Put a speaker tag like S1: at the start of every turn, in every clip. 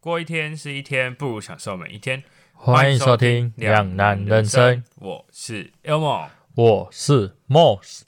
S1: 过一天是一天，不如享受每一天。
S2: 欢迎收听《两难人生》，，
S1: 我是 Elmo。
S2: 我是 Moss。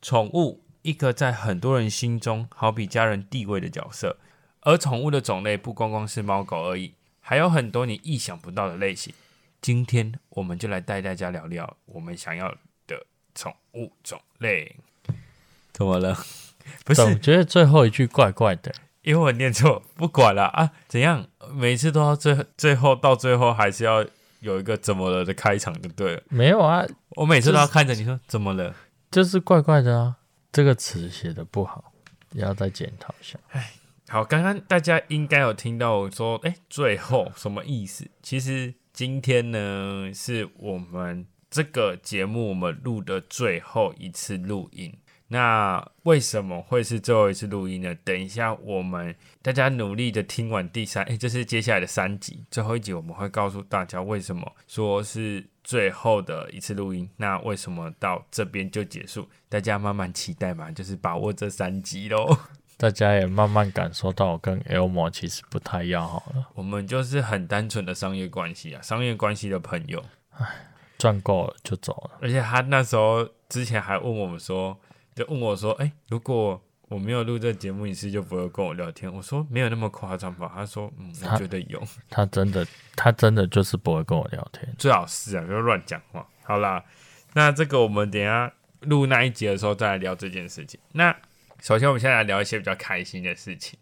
S1: 宠物，一个在很多人心中好比家人地位的角色。而宠物的种类不光光是猫狗而已，还有很多你意想不到的类型。今天我们就来带大家聊聊我们想要的宠物种类。怎么了？不是，
S2: 总觉得最后一句怪怪的，
S1: 因为我念错，不管了啊！怎样？每次都要最最后到最后还是要有一个怎么了的开场，就对了。
S2: 没有啊，
S1: 我每次都要看着你说怎么了，
S2: 就是怪怪的啊。这个词写的不好，要再检讨一下。
S1: 好，刚刚大家应该有听到我说，哎、最后什么意思？其实今天呢，是我们这个节目我们录的最后一次录音。那为什么会是最后一次录音呢？等一下，我们大家努力的听完第三，哎、这是接下来的三集，最后一集我们会告诉大家为什么说是最后的一次录音，那为什么到这边就结束？大家慢慢期待嘛，就是把握这三集喽。
S2: 大家也慢慢感受到，我跟 Elmo 其实不太要好了，
S1: 我们就是很单纯的商业关系啊，商业关系的朋友。
S2: 赚够了就走了。
S1: 而且他那时候之前还问我们说，就问我说，哎、如果我没有录这节目，你是就不会跟我聊天？我说没有那么夸张吧。他说，嗯，我
S2: 他
S1: 觉得有，
S2: 他真的，他真的就是不会跟我聊天。
S1: 最好是啊，不要乱讲话。好啦，那这个我们等一下录那一集的时候再来聊这件事情。那首先我们现在来聊一些比较开心的事情，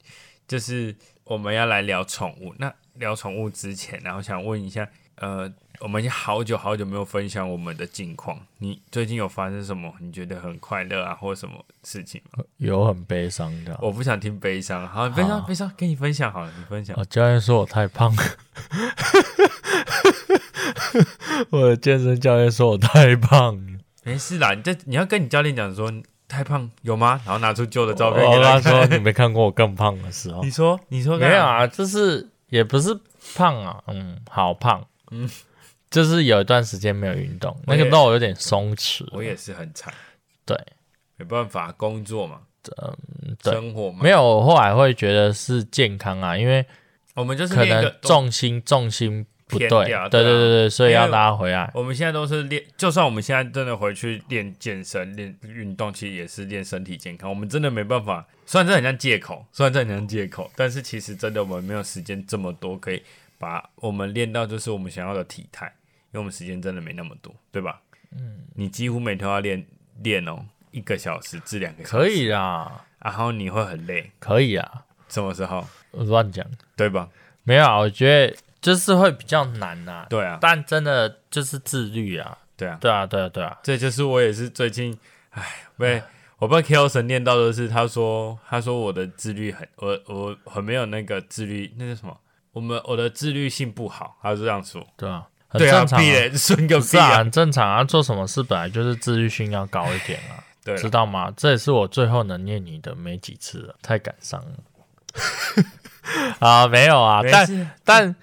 S1: 就是我们要来聊宠物。那聊宠物之前，然后想问一下，呃，我们已经好久好久没有分享我们的近况，你最近有发生什么你觉得很快乐啊，或什么事情吗？
S2: 有很悲伤的啊。
S1: 我不想听悲伤，好，悲伤悲伤，跟你分享好了，你分享。
S2: 哦，教练说我太胖 了，我的健身教练说我太胖了，
S1: 没事啦，你这你要跟你教练讲说太胖有吗？然后 拿出旧 的照片
S2: 我
S1: 给
S2: 他
S1: 哦他
S2: 说
S1: 看。
S2: 你没看过我更胖的时候
S1: 你，说你说
S2: 没有，啊，就是也不是胖啊，嗯，好胖，嗯，就是有一段时间没有运动，
S1: 我
S2: 那
S1: 也
S2: 个肉有点松弛，
S1: 我也是很惨，
S2: 对，
S1: 没办法，工作嘛，
S2: 嗯，对，
S1: 生活嘛，
S2: 没有，我后来会觉得是健康啊，因为
S1: 我们就是
S2: 可
S1: 练一
S2: 能
S1: 个，
S2: 重心重心不对，
S1: 偏
S2: 对
S1: 掉
S2: 对
S1: 对啊
S2: 对对，所以
S1: 因
S2: 要
S1: 为
S2: 拉回来，
S1: 我们现在都是练，就算我们现在真的回去练健身、练运动，其实也是练身体健康。我们真的没办法，虽然这很像借口，虽然这很像借口，但是其实真的我们没有时间这么多，可以把我们练到就是我们想要的体态，因为我们时间真的没那么多，对吧？嗯，你几乎每天要练练哦，一个小时至两个小时，
S2: 可以啦，
S1: 然后你会很累，
S2: 可以啊，
S1: 什么时候？
S2: 我乱讲。
S1: 对吧？
S2: 没有啊，我觉得就是会比较难呐、
S1: 对啊，
S2: 但真的就是自律啊，
S1: 对啊，
S2: 对啊，对啊，对啊，
S1: 这就是我也是最近，哎，被我被 K O 神念到的是，他说他说我的自律很，我我很没有那个自律，那是什么？我们我的自律性不好，他是这样说。
S2: 对啊，很
S1: 对啊，
S2: 正常、
S1: 必然顺个
S2: 不
S1: 屁
S2: 是啊，
S1: 啊！
S2: 很正常啊，做什么事本来就是自律性要高一点啊，
S1: 对
S2: 知
S1: 了，
S2: 道吗？这也是我最后能念你的没几次了，太感伤了。 啊，没有啊，
S1: 没
S2: 但
S1: 事
S2: 但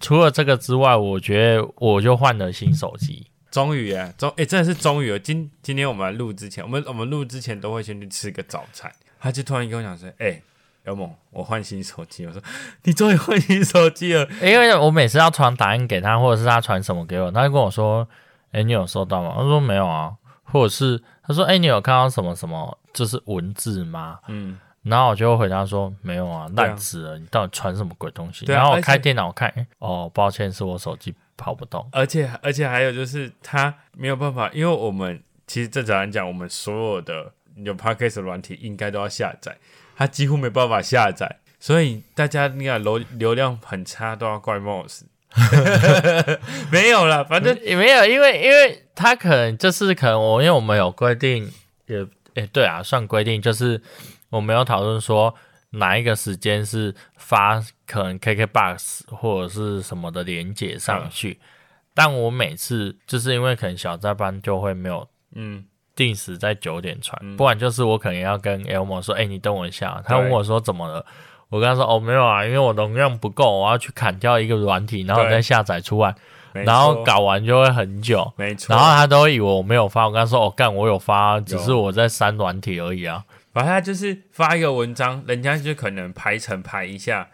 S2: 除了这个之外，我觉得我就换了新手机。
S1: 终于啊，终哎、真的是终于了。今今天我们来录之前，我们我们录之前都会先去吃个早餐。他就突然跟我讲说：“哎、姚某，我换新手机。”我说：“你终于换新手机了。
S2: 因为我每次要传答案给他，或者是他传什么给我，他就跟我说：“哎、你有收到吗？”我说：“没有啊。”或者是他说：“哎、你有看到什么什么，就是文字吗？”
S1: 嗯，
S2: 然后我就回答说：“没有啊，
S1: 对啊
S2: 烂死了！你到底传什么鬼东西？”
S1: 对啊
S2: 然后
S1: 而
S2: 我
S1: 且
S2: 开电脑看，哎哦，抱歉，是我手机跑不动。
S1: 而且而且还有就是他没有办法，因为我们其实正常来讲，我们所有的有 podcast 的软体应该都要下载，他几乎没办法下载，所以大家你看流流量很差都要怪 Moss。没有啦，反正
S2: 嗯也没有，因为因为他可能就是可能我，因为我们有规定，也诶、对啊，算规定，就是我们有讨论说哪一个时间是发可能 KKBox 或者是什么的连接上去，
S1: 嗯
S2: 但我每次就是因为可能小加班就会没有
S1: 嗯，
S2: 定时在九点传，不然就是我可能要跟 Elmo 说，哎、你等我一下，他问我说怎么了。我跟他说哦没有啊，因为我容量不够，我要去砍掉一个软体，然后我
S1: 对
S2: 再下载出来。
S1: 没
S2: 然后
S1: 错
S2: 搞完就会很久，
S1: 没错，
S2: 然后他都会以为我没有发，我跟他说哦干我有发，只是
S1: 有
S2: 我在删软体而已啊。
S1: 反正他就是发一个文章，人家就可能排成排一下，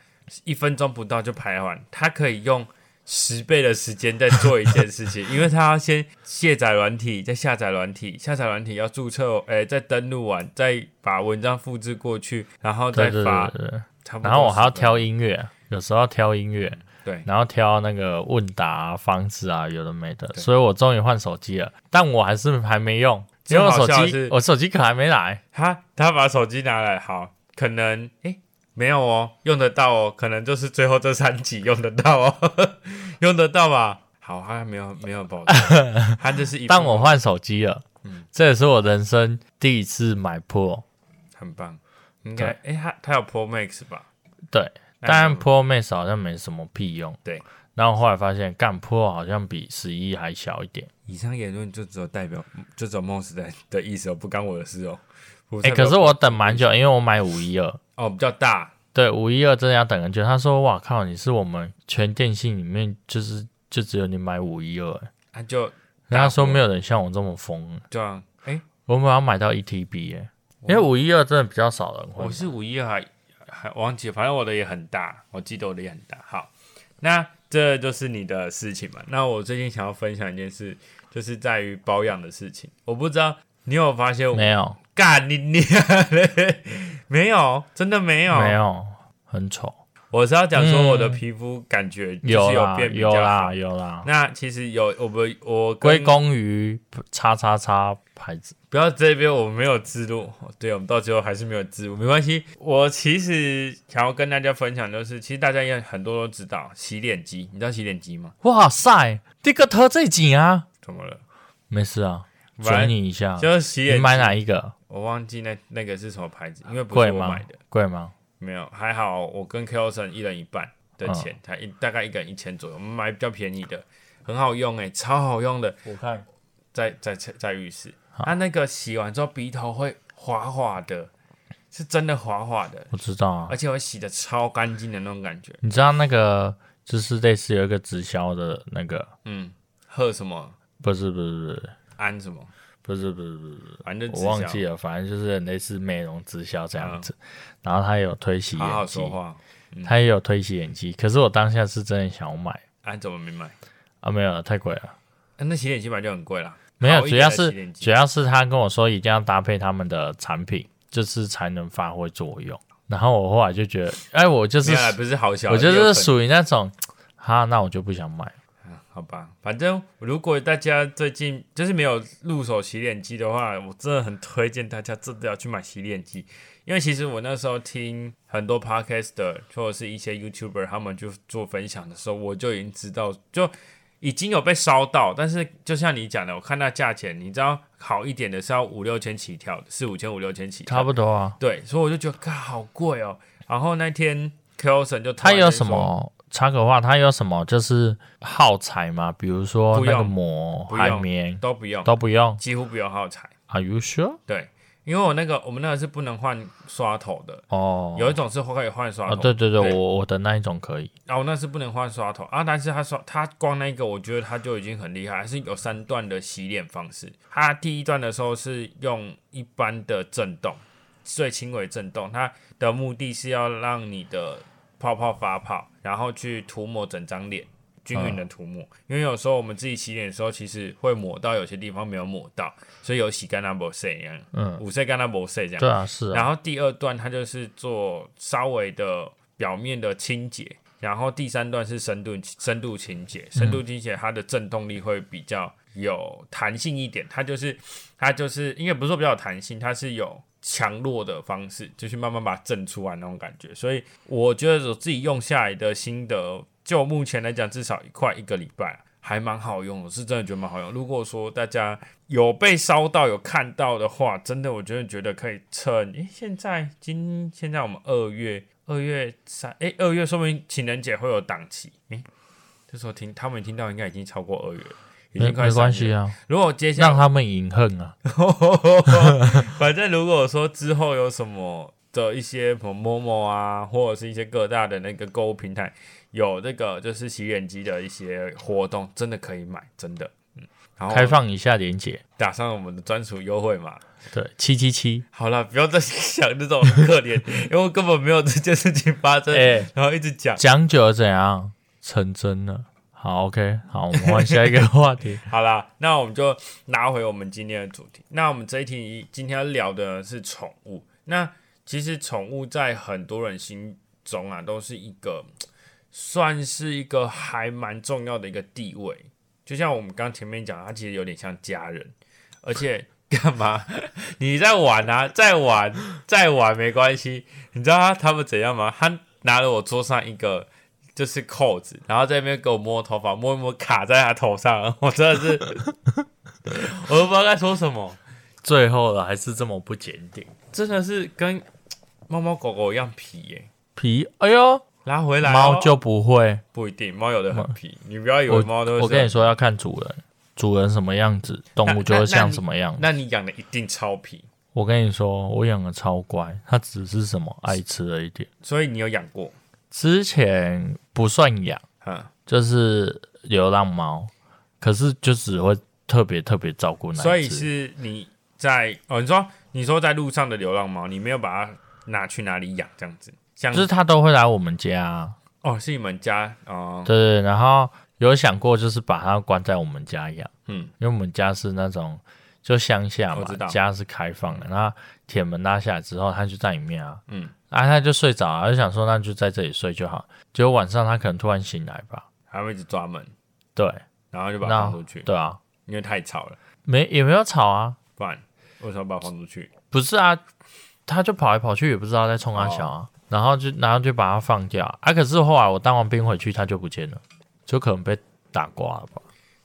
S1: 一分钟不到就排完，他可以用十倍的时间在做一件事 情，因为他要先卸载软体，再下载软体，下载软体要注册，诶、再登录完，再把文章复制过去，然后再
S2: 对对
S1: 发
S2: 对，对对，
S1: 差不多。
S2: 然后我还要，挑音乐，有时候要挑音乐，
S1: 对，
S2: 然后挑那个问答、方式啊，有的没的。所以我终于换手机了，但我还是还没用，因为我手
S1: 最好笑的
S2: 机
S1: 是
S2: 我手机壳还没来。
S1: 他他把手机拿来，好，可能诶、没有哦，用得到哦，可能就是最后这三集用得到哦， 用得到吧？好，他没有没有保证， 他就是一步
S2: 但我换手机了，
S1: 嗯
S2: 这也是我人生第一次买 Pro。
S1: 很棒，应该诶，他他有 Pro Max 吧？
S2: 对，
S1: 那
S2: 当然
S1: 有
S2: Pro Max 好像没什么屁用。
S1: 对，
S2: 然后后来发现，干 Pro 好像比十一还小一点。
S1: 以上言论就只有代表就只有 Moss 的的意思哦，不干我的事哦。不代
S2: 哎、
S1: 表
S2: 可是我等蛮久，因为我买五一二。
S1: 哦比较大，
S2: 对，五一二真的要等很久。他说：“哇靠，你是我们全电信里面，就是就只有你买五一二。欸
S1: 他啊就”
S2: 然后他说
S1: 啊
S2: 没有人像我这么疯，
S1: 这样。诶，
S2: 我们要买到一 TB 哎、
S1: 哦
S2: 因为五一二真的比较少人会
S1: 我。是五一还还忘记了，反正我的也很大，我记得我的也很大。好，那这就是你的事情嘛。那我最近想要分享一件事，就是在于保养的事情。我不知道你有发现我
S2: 没有
S1: 干你你 没有，真的没有，
S2: 没有，很丑。
S1: 我是要讲说
S2: 嗯
S1: 我的皮肤感觉就是
S2: 有啦
S1: 变比较
S2: 有
S1: 好
S2: 啦。有啦，
S1: 那其实有我们我跟
S2: 归功于叉叉叉牌子。
S1: 不要这边我没有记录，对我们到最后还是没有记录，没关系。我其实想要跟大家分享，就是其实大家也很多都知道洗脸机，你知道洗脸机吗？
S2: 哇塞，这个特这紧啊！
S1: 怎么了？
S2: 没事啊，
S1: 反
S2: 准你一下。
S1: 就是洗
S2: 啊你
S1: 脸，
S2: 买哪一个？
S1: 我忘记那那个是什么牌子，因为不
S2: 贵
S1: 是我
S2: 吗
S1: 买的，？
S2: 贵吗？
S1: 没有，还好我跟 k e l s o n 一人一半的钱，
S2: 啊
S1: 才一大概一个人一千左右，我们买比较便宜的，很好用哎、超好用的，
S2: 我看
S1: 在在在在浴室，
S2: 啊
S1: 它那个洗完之后鼻头会滑滑的，是真的滑滑的，
S2: 我知道啊
S1: 而。且我洗的超干净的那种感觉。
S2: 你知道那个就是类似有一个直销的那个，
S1: 嗯，喝什么
S2: 不是不是
S1: 安什么，
S2: 不是不是不是不是，
S1: 反正就
S2: 我
S1: 直
S2: 忘
S1: 销啊
S2: 记了，反正就是类似美容直销这样子。然后他有推洗
S1: 好好
S2: 眼
S1: 说
S2: 机，
S1: 话。嗯
S2: 他也有推洗眼机，可是我当下是真的想要买
S1: 安怎么没买？
S2: 啊，没有太贵了。
S1: 啊那洗脸机本来就很贵啦。
S2: 没有，
S1: 好一
S2: 主
S1: 点
S2: 要
S1: 的洗
S2: 是
S1: 脸机
S2: 主要是他跟我说一定要搭配他们的产品，就是才能发挥作用。然后我后来就觉得，哎，我就是
S1: 没有啦，不是好小的，
S2: 我就
S1: 六
S2: 是
S1: 分
S2: 属于那种，哈，那我就不想买了。
S1: 啊好吧。反正如果大家最近就是没有入手洗脸机的话，我真的很推荐大家真的要去买洗脸机，因为其实我那时候听很多 podcast 的或者是一些 YouTuber 他们就做分享的时候，我就已经知道就。已经有被烧到，但是就像你讲的，我看那价钱，你知道好一点的是要五六千起跳的，四五千五六千起跳
S2: 差，不多啊。
S1: 对，所以我就觉得，嘎，好贵哦。然后那天 k e l s o n 就突
S2: 它
S1: 然
S2: 有
S1: 间
S2: 什
S1: 说
S2: 么插口话？它有什么就是耗材吗？比如说
S1: 不
S2: 那个
S1: 用
S2: 膜、
S1: 不
S2: 海
S1: 用
S2: 绵
S1: 都不用，
S2: 都不用。
S1: 几乎不用耗材。
S2: Are you sure？
S1: 对，因为我那个我们那个是不能换刷头的，
S2: 哦，
S1: 有一种是可以换刷头，
S2: 啊，对对对，
S1: 对
S2: 我我的那一种可以。
S1: 然后哦那是不能换刷头啊，但是他刷他光那个，我觉得他就已经很厉害，还是有三段的洗脸方式。他第一段的时候是用一般的震动，最轻微震动，它的目的是要让你的泡泡发泡，然后去涂抹整张脸，均匀的涂抹。因为有时候我们自己洗脸的时候，其实会抹到有些地方没有抹到，所以有洗干那不洗一样，
S2: 嗯，
S1: 五色干那不洗这样。
S2: 对啊，是啊，
S1: 然后第二段它就是做稍微的表面的清洁，然后第三段是深度深度清洁，深
S2: 嗯
S1: 度清洁它的震动力会比较有弹性一点，它就是它就是应该不是说比较有弹性，它是有。强弱的方式，就是慢慢把它震出来那种感觉，所以我觉得我自己用下来的心得，就目前来讲，至少快一个礼拜，还蛮好用的，是真的觉得蛮好用。如果说大家有被烧到、有看到的话，真的我真的觉得可以趁诶，现在今现在我们二月二月三诶，二月说明情人节会有档期，诶、这时候听他们听到应该已经超过二月了，已
S2: 没
S1: 经快
S2: 没关系
S1: 啊。
S2: 啊，
S1: 如果接下来
S2: 让他们隐恨啊。
S1: 反正如果说之后有什么的一些什么 Momo 啊，或者是一些各大的那个购物平台有那个就是洗脸机的一些活动，真的可以买，真的。嗯，然后
S2: 开放以下连结，
S1: 打上我们的专属优惠码。
S2: 对，七七七，
S1: 好了，不要再想这种 很可怜，因为根本没有这件事情发生，
S2: 哎
S1: 然后一直讲。
S2: 讲久了怎样成真了？好，OK，好，我们换下一个话 题。
S1: 好啦，那我们就拿回我们今天的主题。那我们这一题今天要聊的是宠物。那其实宠物在很多人心中啊，都是一个算是一个还蛮重要的一个地位。就像我们刚前面讲，它其实有点像家人，而且干嘛？ 你在玩啊，在玩，在玩没关系。你知道他他们怎样吗？他拿了我桌上一个就是扣子，然后在那边给我摸头发，摸一摸卡在他头上，我真的是，我都不知道该说什么，
S2: 最后了，还是这么不检点。
S1: 真的是跟猫猫狗狗一样皮耶、
S2: 皮，哎呦，
S1: 拉回来哦、
S2: 猫就不会。
S1: 不一定，猫有的很皮，你不要以为
S2: 我
S1: 猫都是
S2: 我跟你
S1: 说，
S2: 说，要看主人，主人什么样子，动物就
S1: 那
S2: 会
S1: 那
S2: 像
S1: 你
S2: 什么样子。
S1: 那你养的一定超皮，
S2: 我跟你说，我养的超乖，它只是什么爱吃了一点。
S1: 所以你有养过，
S2: 之前不算养，
S1: 嗯，
S2: 就是流浪猫，可是就只会特别特别照顾那一只
S1: 所以是你在哦，你说你说在路上的流浪猫，你没有把它拿去哪里养这样子，像
S2: 就是它都会来我们家、啊
S1: 哦是你们家哦，
S2: 对对，然后有想过就是把它关在我们家养，
S1: 嗯，
S2: 因为我们家是那种就乡下
S1: 我
S2: 嘛
S1: 知道，
S2: 家是开放的，那铁门拉下来之后，它就在里面啊，
S1: 嗯，
S2: 啊，它就睡着了，就想说那就在这里睡就好，结果晚上它可能突然醒来吧，
S1: 还会一直抓门，
S2: 对，
S1: 然后就把它
S2: 那
S1: 放出去，
S2: 对啊，
S1: 因为太吵了，
S2: 没也没有吵啊，
S1: 不然为什么把它放出去？
S2: 不是啊，它就跑来跑去，也不知道在冲它小啊，
S1: 哦
S2: 然后就然后就把它放掉啊，可是后来我当完兵回去，它就不见了，就可能被打挂了吧。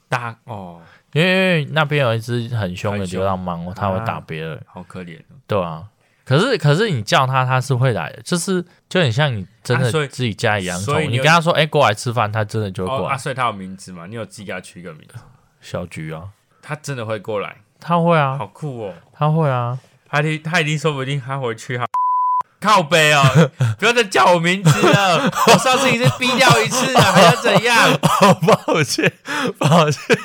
S1: 大哦，
S2: 因为因为那边有一只很凶啊的
S1: 很凶
S2: 流浪猫，它会打别人，
S1: 好可怜哦。
S2: 对啊。可是可是你叫它，它是会来的，就是就很像你真
S1: 啊
S2: 的
S1: 所以
S2: 自己家里养宠
S1: 所以
S2: 物，
S1: 你
S2: 你
S1: 有
S2: 跟它说，哎、过来吃饭，它真的就会
S1: 哦
S2: 过来。
S1: 啊，所以它有名字嘛？你有自己给它取一个名字，
S2: 小菊啊，
S1: 它真的会过来，
S2: 它会啊，
S1: 好酷哦！
S2: 它会啊，
S1: 它一定它一定说不定它回去它 靠背 哦，不要再叫我名字了，我上次已经逼掉一次了，还要怎 样？
S2: 抱歉抱歉，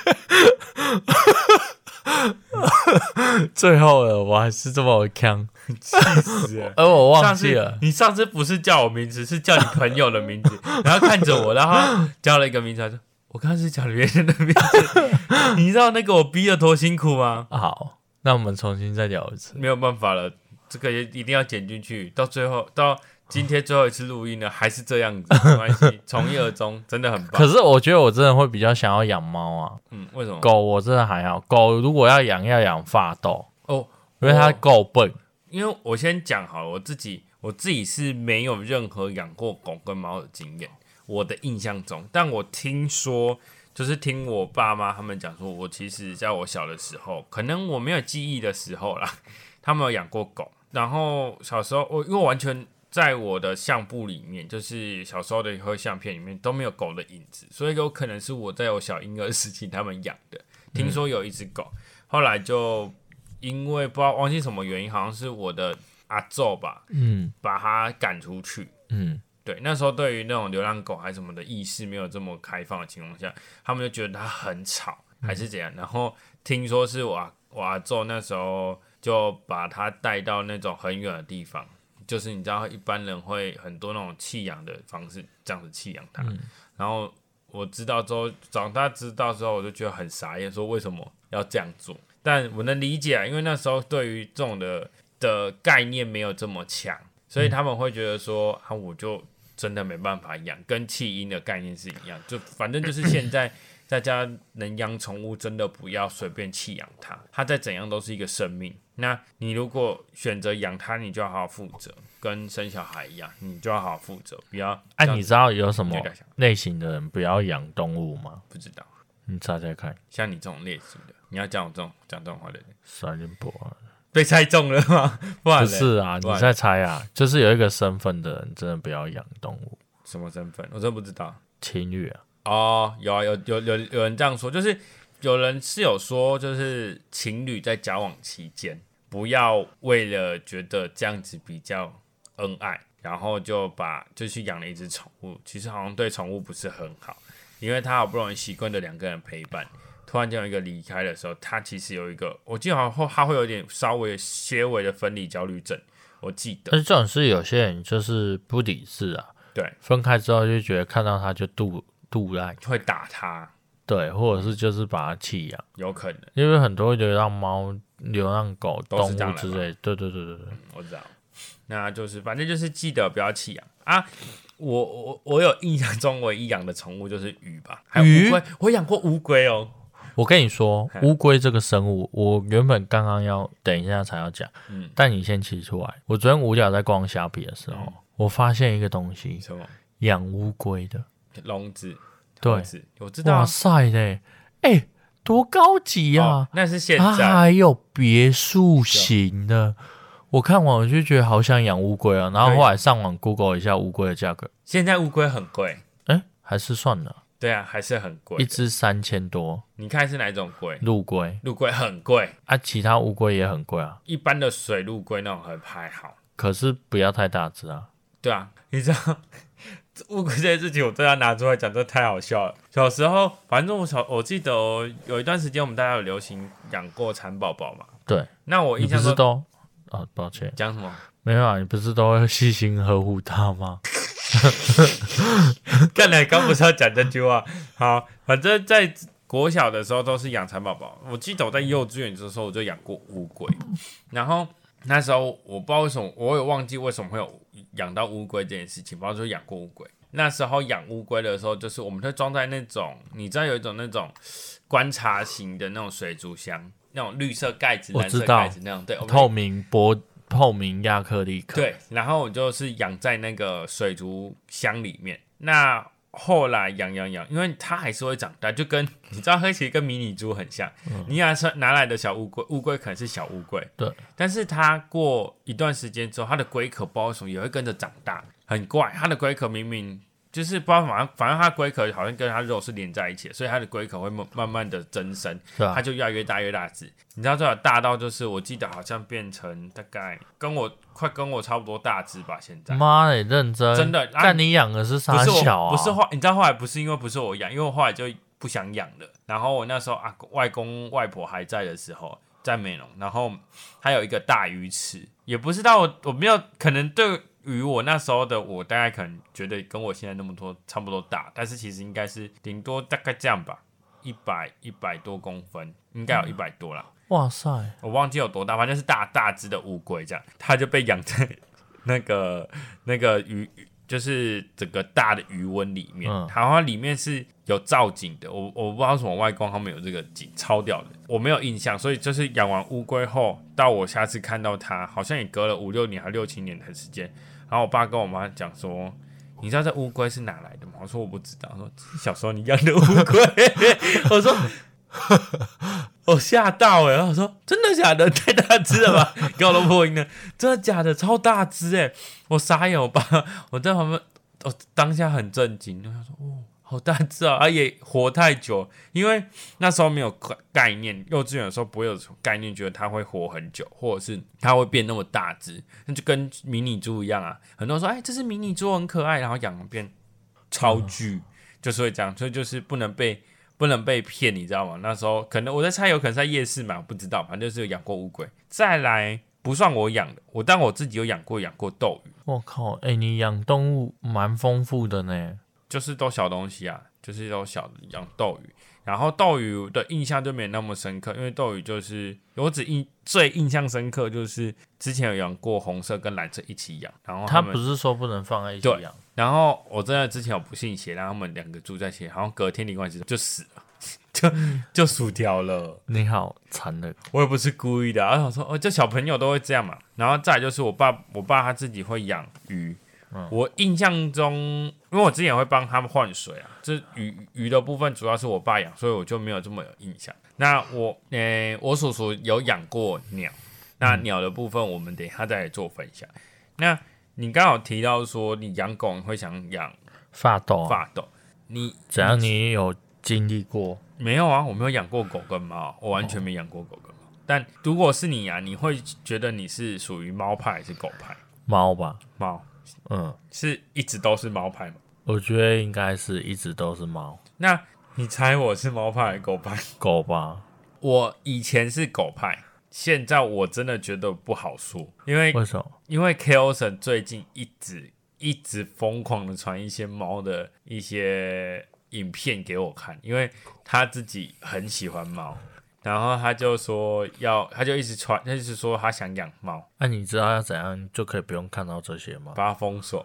S2: 最后了，我还是这么强，
S1: 气死了！
S2: 而呃我忘
S1: 上
S2: 记
S1: 次
S2: 了，
S1: 你上次不是叫我名字，是叫你朋友的名字，然后看着我，然后叫了一个名字，他说：“我刚刚是叫别人的名字。” 你知道那个我逼的多辛苦吗？
S2: 好，那我们重新再聊一次。
S1: 没有办法了，这个也一定要剪进去。到最后，到今天最后一次录音呢，还是这样子，没关系，从一而终，真的很棒
S2: 可。是我觉得我真的会比较想要养猫啊，
S1: 嗯，为什么？
S2: 狗我真的还好，狗如果要养要养发豆，
S1: 哦，
S2: 因为它
S1: 哦
S2: 够笨。
S1: 因为我先讲好了，我自己我自己是没有任何养过狗跟猫的经验，我的印象中，但我听说就是听我爸妈他们讲说，我其实在我小的时候，可能我没有记忆的时候啦， 他们有养过狗，然后小时候我因为我完全。在我的相簿里面，就是小时候的一盒相片里面都没有狗的影子，所以有可能是我在我小婴儿时期他们养的。听说有一只狗，后来就因为不知道忘记什么原因，好像是我的阿昼吧，
S2: 嗯
S1: 把它赶出去。
S2: 嗯，
S1: 对，那时候对于那种流浪狗还是什么的意识没有这么开放的情况下，他们就觉得它很吵，还是怎样。然后听说是我阿我阿昼那时候就把它带到那种很远的地方，就是你知道一般人会很多那种弃养的方式，这样子弃养它。然后啊我知道之后，长大知道之后，我就觉得很傻眼，说为什么要这样做？但我能理解啊，因为那时候对于这种的的概念没有这么强，所以他们会觉得说啊，我就真的没办法养，跟弃婴的概念是一样，就反正就是现在大家能养宠物，真的不要随便弃养它，它再怎样都是一个生命。那你如果选择养它，你就要好好负责，跟生小孩一样，你就要好好负责，不要这
S2: 哎、
S1: 样
S2: 你知道有什么
S1: 有点像
S2: 类型的人不要养动物吗？
S1: 不知道。
S2: 你猜猜看，
S1: 像你这种劣质的，你要讲我这种讲这种话的人，
S2: 三人博啊
S1: 被猜中了吗？ 不然
S2: 不
S1: 嘞
S2: 是啊，
S1: 不然
S2: 你再猜啊，就是有一个身份的人真的不要养动物，
S1: 什么身份？我真不知道。
S2: 情侣啊，
S1: 哦，有啊，有有有有人这样说，就是有人是有说，就是情侣在交往期间不要为了觉得这样子比较恩爱，然后就把就去养了一只宠物，其实好像对宠物不是很好，因为他好不容易习惯的两个人陪伴，突然间有一个离开的时候，他其实有一个，我记得好像后他会有点稍微些微的分离焦虑症，我记得
S2: 但是这种事有些人就是不理智啊，
S1: 对，
S2: 分开之后就觉得看到他就杜杜烂，
S1: 会打他，
S2: 对，或者是就是把它弃养，
S1: 有可能，
S2: 因为很多流浪猫、流浪狗、
S1: 都
S2: 动
S1: 是这样
S2: 物
S1: 来
S2: 之类，对对对对对，
S1: 我知道，那就是反正就是记得不要弃养啊。我我我有印象中唯一养的宠物就是鱼吧，还有乌
S2: 鱼
S1: 龟，我养过乌龟哦。
S2: 我跟你说
S1: 嘿，
S2: 乌龟这个生物，我原本刚刚要等一下才要讲，
S1: 嗯
S2: 但你先提出来。我昨天无聊在逛虾皮的时候，
S1: 嗯
S2: 我发现一个东西，
S1: 什么
S2: 养乌龟的，
S1: 笼子？
S2: 对
S1: 笼子，我知道啊
S2: 哇塞嘞，哎、多高级呀、啊
S1: 哦，那是现
S2: 它
S1: 在。
S2: 还有别墅型的。我看完我就觉得好想养乌龟啊，然后
S1: 对
S2: 后来上网 Google 一下乌龟的价格，
S1: 现在乌龟很贵，
S2: 哎、还是算了，
S1: 对啊，还是很
S2: 一
S1: 贵。
S2: 只三千多，
S1: 你看是哪一种龟？
S2: 陆龟
S1: 陆龟很贵，
S2: 啊，其他乌龟也很贵啊，
S1: 一般的水陆龟那种很还好。
S2: 可是不要太大只啊。
S1: 对啊，你知道 这乌龟这件事情，我真的要拿出来讲，这太好笑了。小时候，反正我小我记得哦有一段时间，我们大家有流行养过蚕宝宝嘛。
S2: 对，
S1: 那我
S2: 你
S1: 印
S2: 不
S1: 象
S2: 是
S1: 中
S2: 都哦，抱歉，
S1: 讲什么？
S2: 没有啊，你不是都会细心呵护它吗？
S1: 看来刚不是要讲这句话。好，反正在国小的时候都是养蚕宝宝。我记得我在幼稚园的时候我就养过乌龟，然后那时候我不知道为什么，我也忘记为什么会有养到乌龟这件事情，不知道就养过乌龟。那时候养乌龟的时候，就是我们会装在那种，你知道有一种那种观察型的那种水族箱，那种绿色盖子、
S2: 我
S1: 蓝色
S2: 知道
S1: 盖子那种，对，我们
S2: 透明玻透明亚克力壳，
S1: 对，然后我就是养在那个水族箱里面。那后来养养养，因为它还是会长大，就跟你知道，它其实跟迷你猪很像。你拿出拿来的小乌龟，乌龟可能是小乌龟，
S2: 对，
S1: 但是它过一段时间之后，它的龟壳不知道为什么也会跟着长大，很怪。它的龟壳明明就是不知道，反正反正它的龟壳好像跟它肉是连在一起的，所以它的龟壳会慢慢慢的增生。
S2: 是吧
S1: 它？就越来越大越大只。你知道最好大到就是我记得好像变成大概跟我快跟我差不多大只吧，现在。
S2: 妈的，认真
S1: 真的啊
S2: 但你养的是
S1: 不
S2: 啥
S1: 是
S2: 小
S1: 我，
S2: 啊？
S1: 不是后，你知道后来不是因为不是我养，因为我后来就不想养了。然后我那时候啊，外公外婆还在的时候，在美容，然后还有一个大鱼池，也不知道我我没有可能对于我那时候的我，大概可能觉得跟我现在那么多差不多大，但是其实应该是顶多大概这样吧，一百一百多公分，
S2: 嗯
S1: 应该有一百多啦。
S2: 哇塞，
S1: 我忘记有多大，反正是大大只的乌龟这样，它就被养在 那个那个鱼，就是整个大的鱼温里面，
S2: 嗯
S1: 好像里面是有造景的，我我不知道为什么外公他们有这个景，超屌的，我没有印象，所以就是养完乌龟后，到我下次看到它，好像也隔了五六年还六七年的时间，然后我爸跟我妈讲说。你知道这乌龟是哪来的吗？我说我不知道。他说这是小时候你养的乌龟， 我说我吓到哎、欸！我说真的假的？ 太大只了吧？给我都破音了，真的假的？超大只哎、我傻眼，我爸 我在旁边，我当下很震惊，我想说哦，好大只啊！啊也活太久，因为那时候没有概概念，幼稚园的时候不会有概念，觉得它会活很久，或者是它会变那么大只，那就跟迷你猪一样啊。很多人说哎，这是迷你猪很可爱，然后养了变超巨，就是会这样，所以就是不能被。不能被骗，你知道吗？那时候可能我在猜，有可能是在夜市买，我不知道，反正就是有养过乌龟。再来不算我养的，我但我自己有养过养过斗鱼，
S2: 我靠，哎、你养动物蛮丰富的呢。
S1: 就是都小东西啊，就是都小的养斗鱼。然后斗鱼的印象就没那么深刻，因为斗鱼就是我只印最印象深刻就是之前有养过红色跟蓝色一起养，然后
S2: 它
S1: 们
S2: 不是说不能放在一起
S1: 对
S2: 养，
S1: 然后我真的之前有不信邪，然后他们两个住在一起，然后隔天林冠希就死了， 就就薯条了。
S2: 你好残忍。
S1: 我也不是故意的、啊，我想说，哦，这小朋友都会这样嘛。然后再来就是我爸，我爸他自己会养鱼。我印象中，因为我之前也会帮他们换水啊，这鱼鱼的部分主要是我爸养，所以我就没有这么有印象。那我，诶、我叔叔有养过鸟，那鸟的部分我们等一下再来做分享。那你刚好提到说你养狗你会想养
S2: 发抖、啊，
S1: 发豆，你
S2: 只要你有经历过，
S1: 没有啊，我没有养过狗跟猫，我完全没养过狗跟猫。但如果是你啊，你会觉得你是属于猫派还是狗派？
S2: 猫吧，
S1: 猫
S2: 嗯，
S1: 是一直都是猫派吗？
S2: 我觉得应该是一直都是猫
S1: 那你猜我是猫派还是狗派？
S2: 狗吧？
S1: 我以前是狗派，现在我真的觉得不好说，因为
S2: 为什么？
S1: 因为 KO 神最近一直一直疯狂的传一些猫的一些影片给我看，因为他自己很喜欢猫，然后他就说要，他就一直传，他一直说他想养猫，
S2: 那、你知道要怎样就可以不用看到这些 吗？
S1: 把它封锁。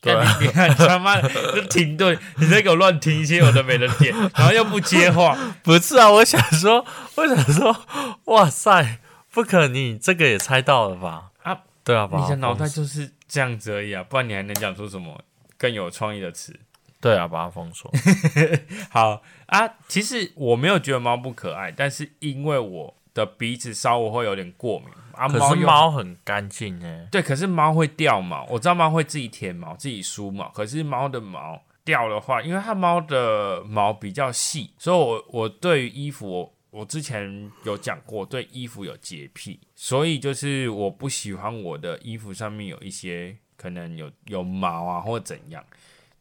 S2: 对啊
S1: 干你看他妈的就停顿，你在给我乱停一些有的没的点，然后又不接话，
S2: 不是啊，我想说，我想说，哇塞，不可能，你这个也猜到了吧？
S1: 啊，
S2: 对啊，把
S1: 你
S2: 它
S1: 的脑袋
S2: 封
S1: 就是这样子而已啊，不然你还能讲出什么更有创意的词？
S2: 对啊，把它 封锁。
S1: 好啊，其实我没有觉得猫不可爱，但是因为我的鼻子稍微会有点过敏啊，
S2: 可
S1: 猫
S2: 是
S1: 又
S2: 猫很干净欸呢，
S1: 对，可是猫会掉毛，我知道猫会自己舔毛、自己梳毛，可是猫的毛掉的话，因为它猫的毛比较细，所以我我对于衣服我。我之前有讲过，对衣服有洁癖，所以就是我不喜欢我的衣服上面有一些可能有有毛啊，或怎样。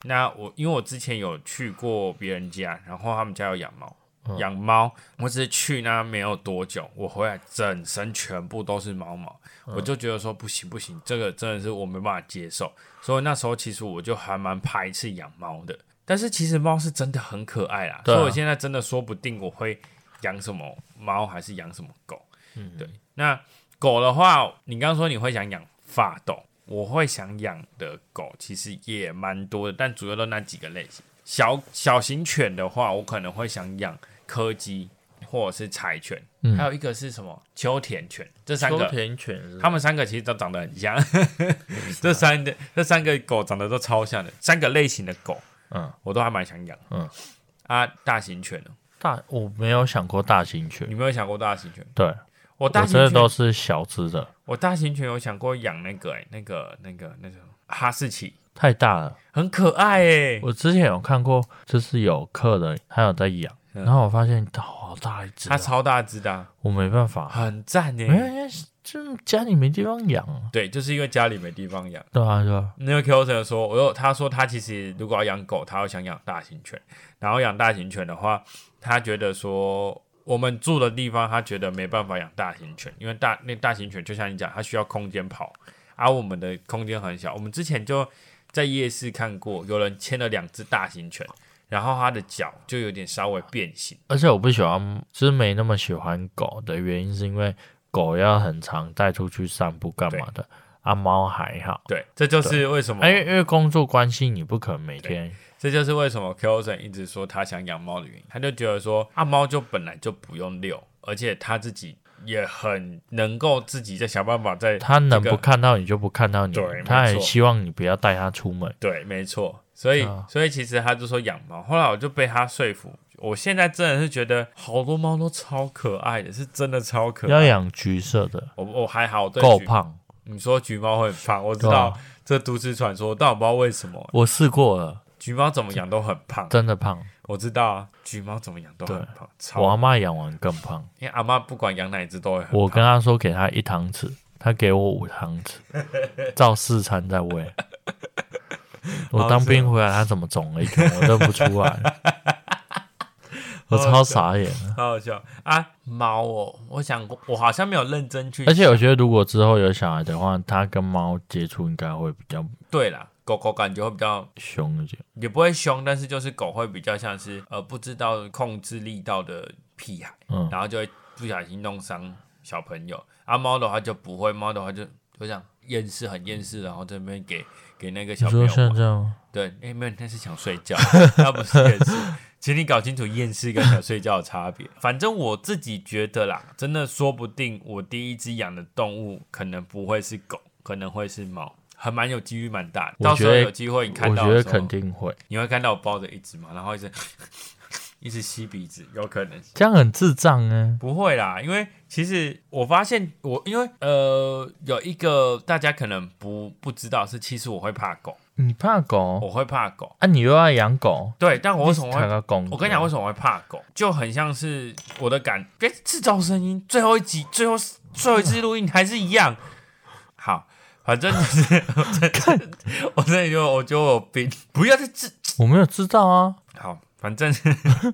S1: 那我因为我之前有去过别人家，然后他们家有养猫，
S2: 嗯
S1: 养猫，我只是去那没有多久，我回来整身全部都是猫毛，
S2: 嗯
S1: 我就觉得说不行不行，这个真的是我没办法接受，所以那时候其实我就还蛮排斥养猫的。但是其实猫是真的很可爱啦，
S2: 对啊
S1: 所以我现在真的说不定我会养什么猫还是养什么狗。嗯，对。那狗的话，你刚刚说你会想养发豆，我会想养的狗其实也蛮多的，但主要都那几个类型。小小型犬的话，我可能会想养柯基或者是柴犬，还有一个是什么秋田犬，这三
S2: 嗯秋
S1: 个
S2: 田犬是
S1: 他们三个其实都长得很 像，这三个这三个狗长得都超像的，三个类型的狗，
S2: 嗯，
S1: 我都还蛮想养。
S2: 嗯，
S1: 啊，大型犬呢？
S2: 大，我没有想过大型犬
S1: 你，没有想过大型犬？
S2: 对
S1: 我
S2: 我
S1: 大型
S2: 真的
S1: 犬，
S2: 都
S1: 我
S2: 是小只的，
S1: 大型犬有想过养那个、欸，那个那个那个哈士奇，
S2: 太大了。
S1: 很可爱哎、
S2: 我之前有看过，就是有客人他有在养，
S1: 嗯
S2: 然后我发现它好大一只
S1: 它
S2: 啊，
S1: 超大只的啊、
S2: 我没办法，
S1: 很赞哎、
S2: 没有，因为就家里没地方养啊，
S1: 对，就是因为家里没地方养。
S2: 对啊，对啊，
S1: 那个 Q 神说，我有他说他其实如果要养狗，他会想养大型犬，然后养大型犬的话，他觉得说我们住的地方，他觉得没办法养大型犬，因为大那大型犬就像你讲，它需要空间跑，而、我们的空间很小。我们之前就在夜市看过，有人牵了两只大型犬，然后它的脚就有点稍微变形，
S2: 而且我不喜欢，就是没那么喜欢狗的原因，是因为狗要很常带出去散步干嘛的，啊，猫还好，
S1: 对，这就是为什么
S2: 啊，因为因为工作关系，你不可能每天
S1: 这就是为什么 k o s o n 一直说他想养猫的原因。他就觉得说，啊，猫就本来就不用遛，而且他自己也很能够自己在想办法在。
S2: 它能
S1: 这个
S2: 不看到你就不看到你
S1: 对没，错
S2: 它也希望你不要带它出门。
S1: 对，没错。所以，
S2: 啊
S1: 所以其实他就说养猫。后来我就被他说服，我现在真的是觉得好多猫都超可爱的，是真的超可
S2: 要
S1: 爱。
S2: 养橘色的，
S1: 我我还好，对
S2: 够
S1: 橘
S2: 胖，
S1: 你说橘猫会很胖，我知
S2: 对
S1: 道
S2: 啊
S1: 这都市传说，但我不知道为什么
S2: 我试过了，
S1: 橘猫怎么养都很胖。
S2: 真的胖。
S1: 我知道啊，橘猫怎么养都很
S2: 对
S1: 胖，
S2: 我
S1: 超
S2: 阿妈养完更胖，
S1: 因为阿妈不管养哪一只都会很胖。
S2: 我跟她说给她一汤匙，她给我五汤匙，照四餐 在喂。我当兵回来，她怎么肿了一圈，我认不出来， 我超傻眼的。
S1: 好好笑啊！猫哦，我想过，我好像没有认真去。
S2: 而且我觉得，如果之后有小孩的话，它跟猫接触应该会比较
S1: 对啦，狗狗感觉会比较
S2: 凶一点。
S1: 也不会凶，但是就是狗会比较像是呃不知道控制力道的屁孩，
S2: 嗯
S1: 然后就会不小心弄伤小朋友。啊，猫的话就不会，猫的话就就想厌世，很厌世，然后这边给给那个
S2: 你
S1: 小朋
S2: 说
S1: 友
S2: 像
S1: 玩。
S2: 这样吗？
S1: 对，哎、没有，那是想睡觉，那不是厌世。请你搞清楚厌世跟想睡觉的差别。反正我自己觉得啦，真的说不定我第一只养的动物可能不会是狗，可能会是猫，还蛮有几率蛮大的。
S2: 我
S1: 到时候
S2: 觉得
S1: 有机会你看
S2: 我
S1: 到
S2: 觉
S1: 的
S2: 得
S1: 时候
S2: 肯，定会，
S1: 你会看到我抱着一只猫，然后一直一直吸鼻子，有可能。
S2: 这样很智障啊！
S1: 不会啦，因为其实我发现我因为呃有一个大家可能不不知道是，其实我会怕狗，
S2: 你怕狗
S1: 我会怕狗。
S2: 啊？你又要养狗？
S1: 对，但我为什么会
S2: 看到公？
S1: 我跟你讲，为什么我会怕狗，就很像是我的感，别制造声音。最后一集，最后最后一次录音还是一样。好，反正就是 我真的，我真的觉得我觉得我有病，不要再治。
S2: 我没有知道啊，
S1: 好，反正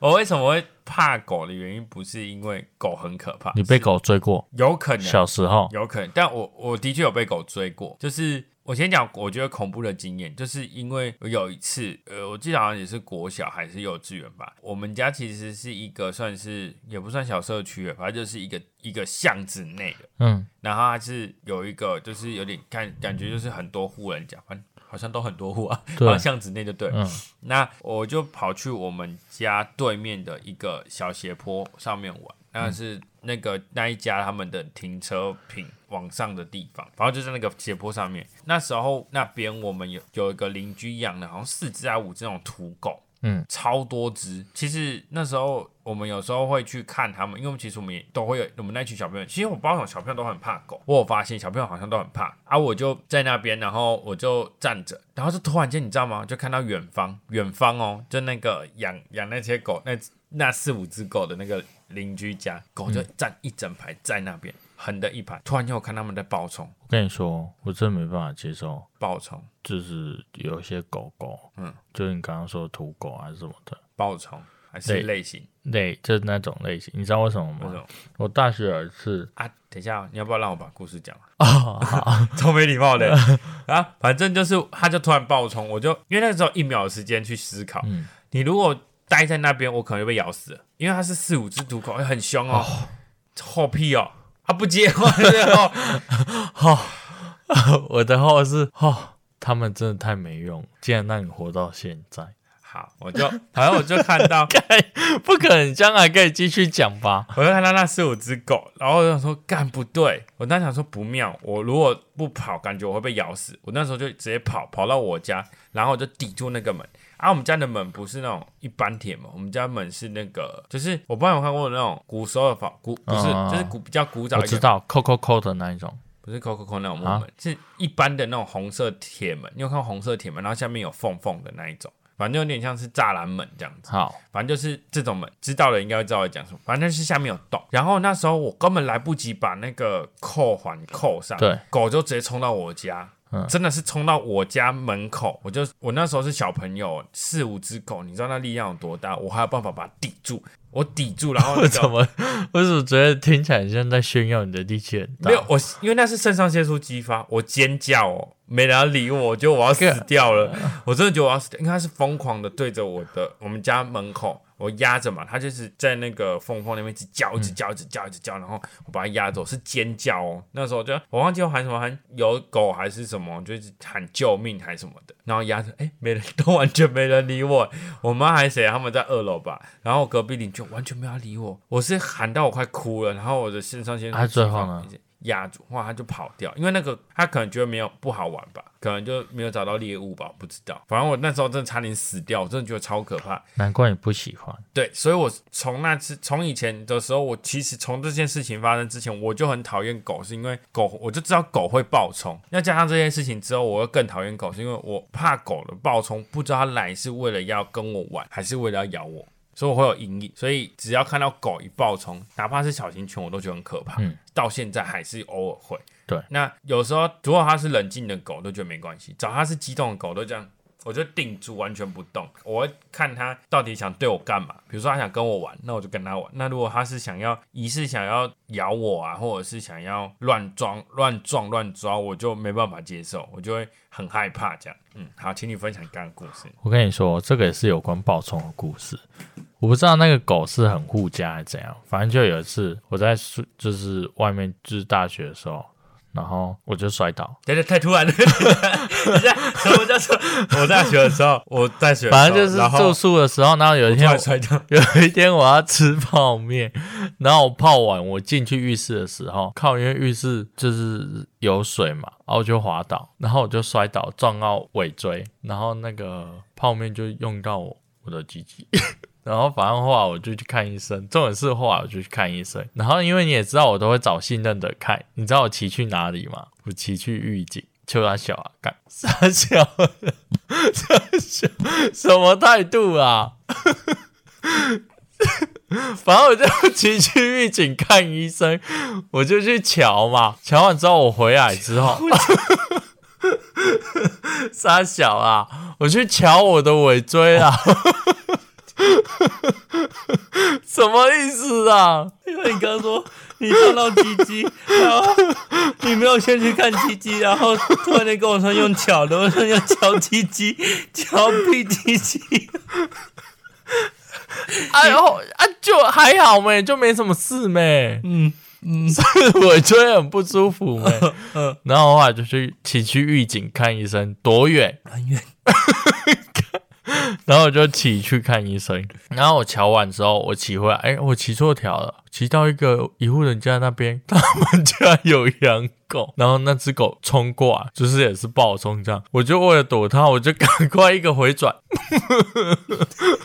S1: 我为什么会怕狗的原因，不是因为狗很可怕，
S2: 你被狗追过，
S1: 有可能
S2: 小时候
S1: 有可能，但我我的确有被狗追过，就是我先讲，我觉得恐怖的经验，就是因为我有一次，呃，我记得好像也是国小还是幼稚园吧，我们家其实是一个算是也不算小社区了，反正就是一个一个巷子内的，
S2: 嗯，
S1: 然后它是有一个就是有点看感觉就是很多户人家，反正好像都很多户啊，
S2: 对
S1: 然后巷子内就对了，
S2: 嗯
S1: 那我就跑去我们家对面的一个小斜坡上面玩，那是那个那一家他们的停车坪往上的地方，然后就在那个斜坡上面。那时候那边我们有有一个邻居养的，好像四只啊还五只那种土狗，
S2: 嗯，
S1: 超多只。其实那时候我们有时候会去看他们，因为我们其实我们也都会有我们那群小朋友，其实我不知道为什么小朋友都很怕狗，我有发现小朋友好像都很怕啊。我就在那边，然后我就站着，然后就突然间你知道吗？就看到远方，远方哦，就那个养养那些狗那那四五只狗的那个邻居家，狗就站一整排在那边，横的一排。突然间我看他们在暴冲，
S2: 我跟你说，我真的没办法接受，
S1: 暴冲，
S2: 就是有一些狗狗，
S1: 嗯，
S2: 就是你刚刚说的土狗啊什么的
S1: 暴冲还是
S2: 对
S1: 类型
S2: 类，就是那种类型，你知道为什么
S1: 那
S2: 吗？
S1: 种
S2: 我大学有一次
S1: 啊？等一下哦，你要不要让我把故事 讲完？
S2: 啊，好
S1: 超没礼貌的啊！反正就是，他就突然爆冲，我就因为那个时候一秒的时间去思考，
S2: 嗯
S1: 你如果待在那边，我可能就被咬死了，因为它是四五只毒狗，很凶哦，臭屁哦，他不接话 之后，
S2: 我的话是，哦，他们真的太没用，竟然让你活到现在，
S1: 好，我就反正我就看到，
S2: 不可能，将来可以继续讲吧？
S1: 我就看到那四五只狗，然后我就想说干不对，我当时想说不妙，我如果不跑，感觉我会被咬死。我那时候就直接跑，跑到我家，然后我就抵住那个门。啊，我们家的门不是那种一般铁门，我们家门是那个，就是我不知道有没有看过那种古时候的房，古不是，
S2: 嗯
S1: 就是古比较古早
S2: 我
S1: 一
S2: 知
S1: 点，
S2: 道，扣扣扣的那一种，
S1: 不是 Coco Coco 那种木门，
S2: 啊
S1: 是一般的那种红色铁门。你有看过红色铁门，然后下面有缝缝的那一种，反正有点像是栅栏门这样子。
S2: 好，
S1: 反正就是这种门，知道的应该会知道我在讲什么。反正就是下面有洞，然后那时候我根本来不及把那个扣环扣上，
S2: 对，
S1: 狗就直接冲到我家，
S2: 嗯
S1: 真的是冲到我家门口。我就我那时候是小朋友，四五只狗，你知道那力量有多大？我还有办法把它抵住，我抵住，然后那
S2: 怎
S1: 个
S2: 么？我怎么觉得听起来像在炫耀你的力气很大？
S1: 没有我，因为那是肾上腺素激发，我尖叫哦，没人要理我，我觉得我要死掉了，我真的觉得我要死掉，因为他是疯狂的对着我的我们家门口，我压着嘛，他就是在那个缝缝那边一直叫，一直叫，一直叫，一直叫，然后我把他压走，是尖叫哦，那时候就我忘记我喊什么，喊有狗还是什么，就是喊救命还是什么的，然后压着，哎，没人 都完全没人理我，我妈还是谁，他们在二楼吧，然后隔壁邻居完全没有要理我，我是喊到我快哭了，然后我的肾上腺素
S2: 啊最
S1: 激发
S2: 后呢
S1: 压住，哇，他就跑掉，因为那个他可能觉得没有不好玩吧，可能就没有找到猎物吧，我不知道。反正我那时候真的差点死掉，我真的觉得超可怕。
S2: 难怪你不喜欢。
S1: 对，所以我从那次从以前的时候，我其实从这件事情发生之前，我就很讨厌狗，是因为狗我就知道狗会暴冲，那加上这件事情之后，我又更讨厌狗，是因为我怕狗的暴冲，不知道它来是为了要跟我玩，还是为了要咬我。所以我会有阴影，所以只要看到狗一暴冲，哪怕是小型犬，我都觉得很可怕。
S2: 嗯
S1: 到现在还是偶尔会。
S2: 对
S1: 那有时候如果它是冷静的狗，都觉得没关系；，只要它是激动的狗，都这样，我就定住，完全不动。我会看它到底想对我干嘛。比如说它想跟我玩，那我就跟它玩；那如果它是想要疑似想要咬我啊，或者是想要乱撞、乱撞、乱抓，我就没办法接受，我就会很害怕这样。嗯，好，请你分享刚刚的故事。
S2: 我跟你说，这个也是有关暴冲的故事。我不知道那个狗是很护家还是怎样，反正就有一次我在宿就是外面就是大学的时候，然后我就摔倒，
S1: 等等，太突然了！ 等一下，什么叫做？我大学的时候，我大学的时候
S2: 反正就是
S1: 然后
S2: 住宿的时候，然后有一
S1: 突
S2: 天我
S1: 然摔跤，
S2: 有一天我要吃泡面，然后我泡完我进去浴室的时候，靠，因为浴室就是有水嘛，然后我就滑倒，然后我就摔倒撞到尾椎，然后那个泡面就用到我我的鸡鸡。 然后反正后来我就去看医生，重点是后来我就去看医生。然后因为你也知道我都会找信任的看，你知道我骑去哪里吗？我骑去预警，求他小啊，干傻小，傻小，什么态度啊？反正我就崎岖预警看医生，我就去瞧嘛。瞧完之后我回来之后， 傻小啊，我去瞧我的尾椎啊， 什么意思啊？
S3: 因为你刚刚说你看到鸡鸡，然后你没有先去看鸡鸡，然后突然间跟我说用巧的，我说要巧鸡鸡， 巧屁鸡 鸡，
S2: 哎呦啊，就还好没，就没什么事没。
S3: 嗯嗯
S2: 尾椎很不舒服没。
S3: 嗯，
S2: 然后后来就去崎岖预警看医生，多远？
S3: 很远，
S2: 然后我就骑去看医生。然后我瞧完之后，我骑回来，哎，我骑错条了，骑到一个一户人家那边， 他们家有养狗，然后那只狗冲过来，就是也是暴冲这样。我就为了躲它，我就赶快一个回转，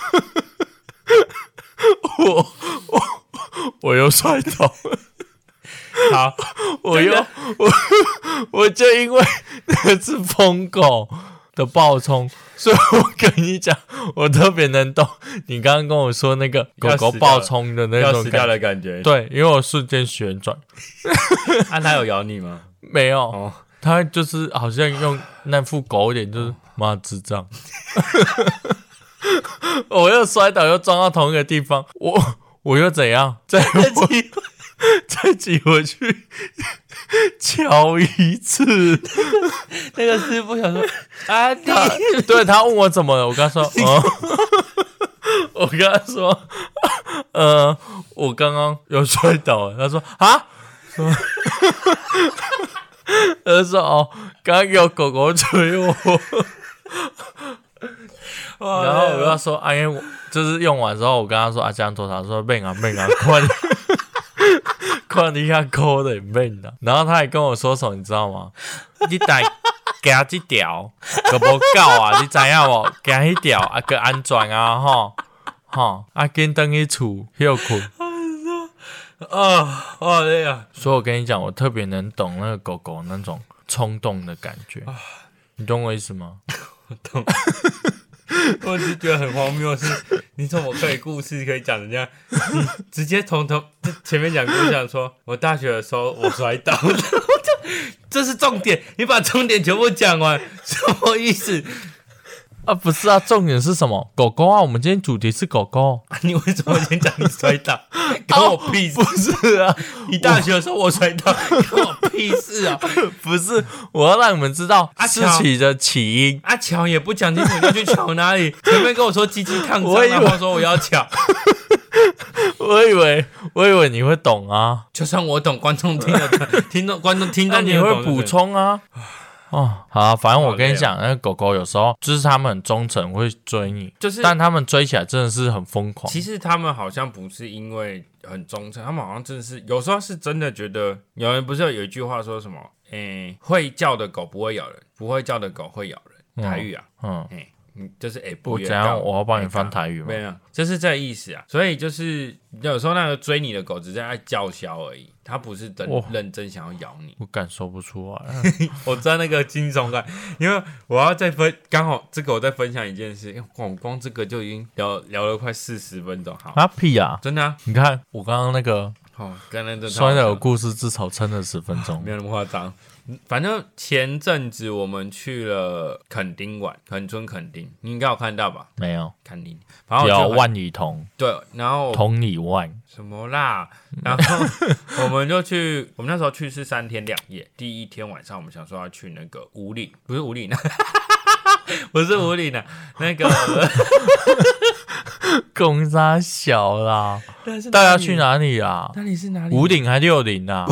S2: 我我我又摔倒。
S3: 好，
S2: 我又我我就因为那只疯狗的暴冲，所以我跟你讲，我特别能懂你刚刚跟我说那个狗
S1: 要
S2: 狗
S1: 死掉
S2: 暴
S1: 了
S2: 冲的那
S1: 要
S2: 种
S1: 死掉
S2: 感觉。
S1: 的感觉。，
S2: 对，因为我瞬间旋转，
S1: 啊，他有咬你吗？
S2: 没有，
S1: 哦，
S2: 它就是好像用那副狗脸，就是妈智障。 我又摔倒，又撞到同一个地方，我我又怎样？再
S3: 这鸡
S2: 再挤回去瞧一次。
S3: 那个师傅 想说啊，你
S2: 他对他问我怎么了，我跟 他说，嗯，我跟他说， 呃，我刚刚有摔倒了。他说啊，什么 他说哦，刚刚有狗狗追我，然后我跟他说，哎、因为我就是用完之后，我跟他说啊，这样做，他说命啊命啊，快点快点下扣的命啊！然后他还跟我说什么，你知道吗？你带加一条，个无够啊！你知影无？加一条啊，个安全啊，吼吼啊，紧登去厝休困。
S3: 啊，哦哎呀，
S2: 所以我跟你讲，我特别能懂那个狗狗那种冲动的感觉，你懂我意思吗？
S3: 我只是觉得很荒谬，是你怎么可以故事可以讲人家，你直接从头就前面讲故事讲说，我大学的时候我摔倒了， 这是重点，你把重点全部讲完，什么意思？
S2: 啊，不是啊，重点是什么？狗狗啊，我们今天主题是狗狗，
S3: 啊你为什么先讲你摔 倒？关我屁事！
S2: 是啊，
S3: 你大学的时候我摔倒，关我屁事啊！
S2: 不是，我要让你们知道
S3: 啊
S2: 事
S3: 乔
S2: 情的起因。
S3: 啊，巧也不讲清楚，你就去巧哪里？前面跟我说鸡鸡烫
S2: 我
S3: 伤，
S2: 以为
S3: 然后说我要巧，
S2: 我以为，我以为你会懂啊，
S3: 就算我懂，观众听得懂，听众观众听
S2: 那
S3: 众
S2: 你
S3: 听得懂
S2: 会补
S3: 对不对
S2: 充啊。哦，好啊反正我
S1: 好
S2: 跟
S1: 累
S2: 你
S1: 啊
S2: 讲，那个狗狗有时候就是他们很忠诚，会追你，
S1: 就是
S2: 但他们追起来真的是很疯狂。
S1: 其实他们好像不是因为很忠诚，他们好像真的是有时候是真的觉得，有人不是有一句话说什么？诶、会叫的狗不会咬人，不会叫的狗会咬人。台语啊，
S2: 嗯，
S1: 诶、嗯，就是诶、不
S2: 不
S1: 要
S2: 怎样，
S1: 叫
S2: 我要帮你翻
S1: 哎
S2: 台语嘛
S1: 没。有，就是这意思啊。所以就是有时候那个追你的狗只是在叫嚣而已，它不是真
S2: 哇
S1: 认真想要咬你。
S2: 我感受不出来，
S3: 我知道那个惊悚感，
S1: 因为我要再分，刚好这个我再分享一件事，因为光光这个就已经聊聊了快四十分钟，好，
S2: 啊屁呀、
S1: 真的啊，
S2: 你看我刚刚那个
S1: 好，刚才真的超
S2: 摔
S1: 好
S2: 的有
S1: 笑
S2: 故事，至少撑了十分钟
S1: 没。有那么夸张。反正前阵子我们去了垦丁玩，垦村垦丁，你应该有看到吧？
S2: 没有，
S1: 垦丁，然后我
S2: 有
S1: 就哦
S2: 万里同，
S1: 对，然后
S2: 同里万，
S1: 什么啦？然 后我们就去，我们那时候去是三天两夜。第一天晚上，我们想说要去那个五岭，不是五岭呢，啊 不是五岭呢，啊那 个
S2: 公沙小啦。大家去？哪里啊？
S1: 那里是哪里？
S2: 五岭还六岭啊？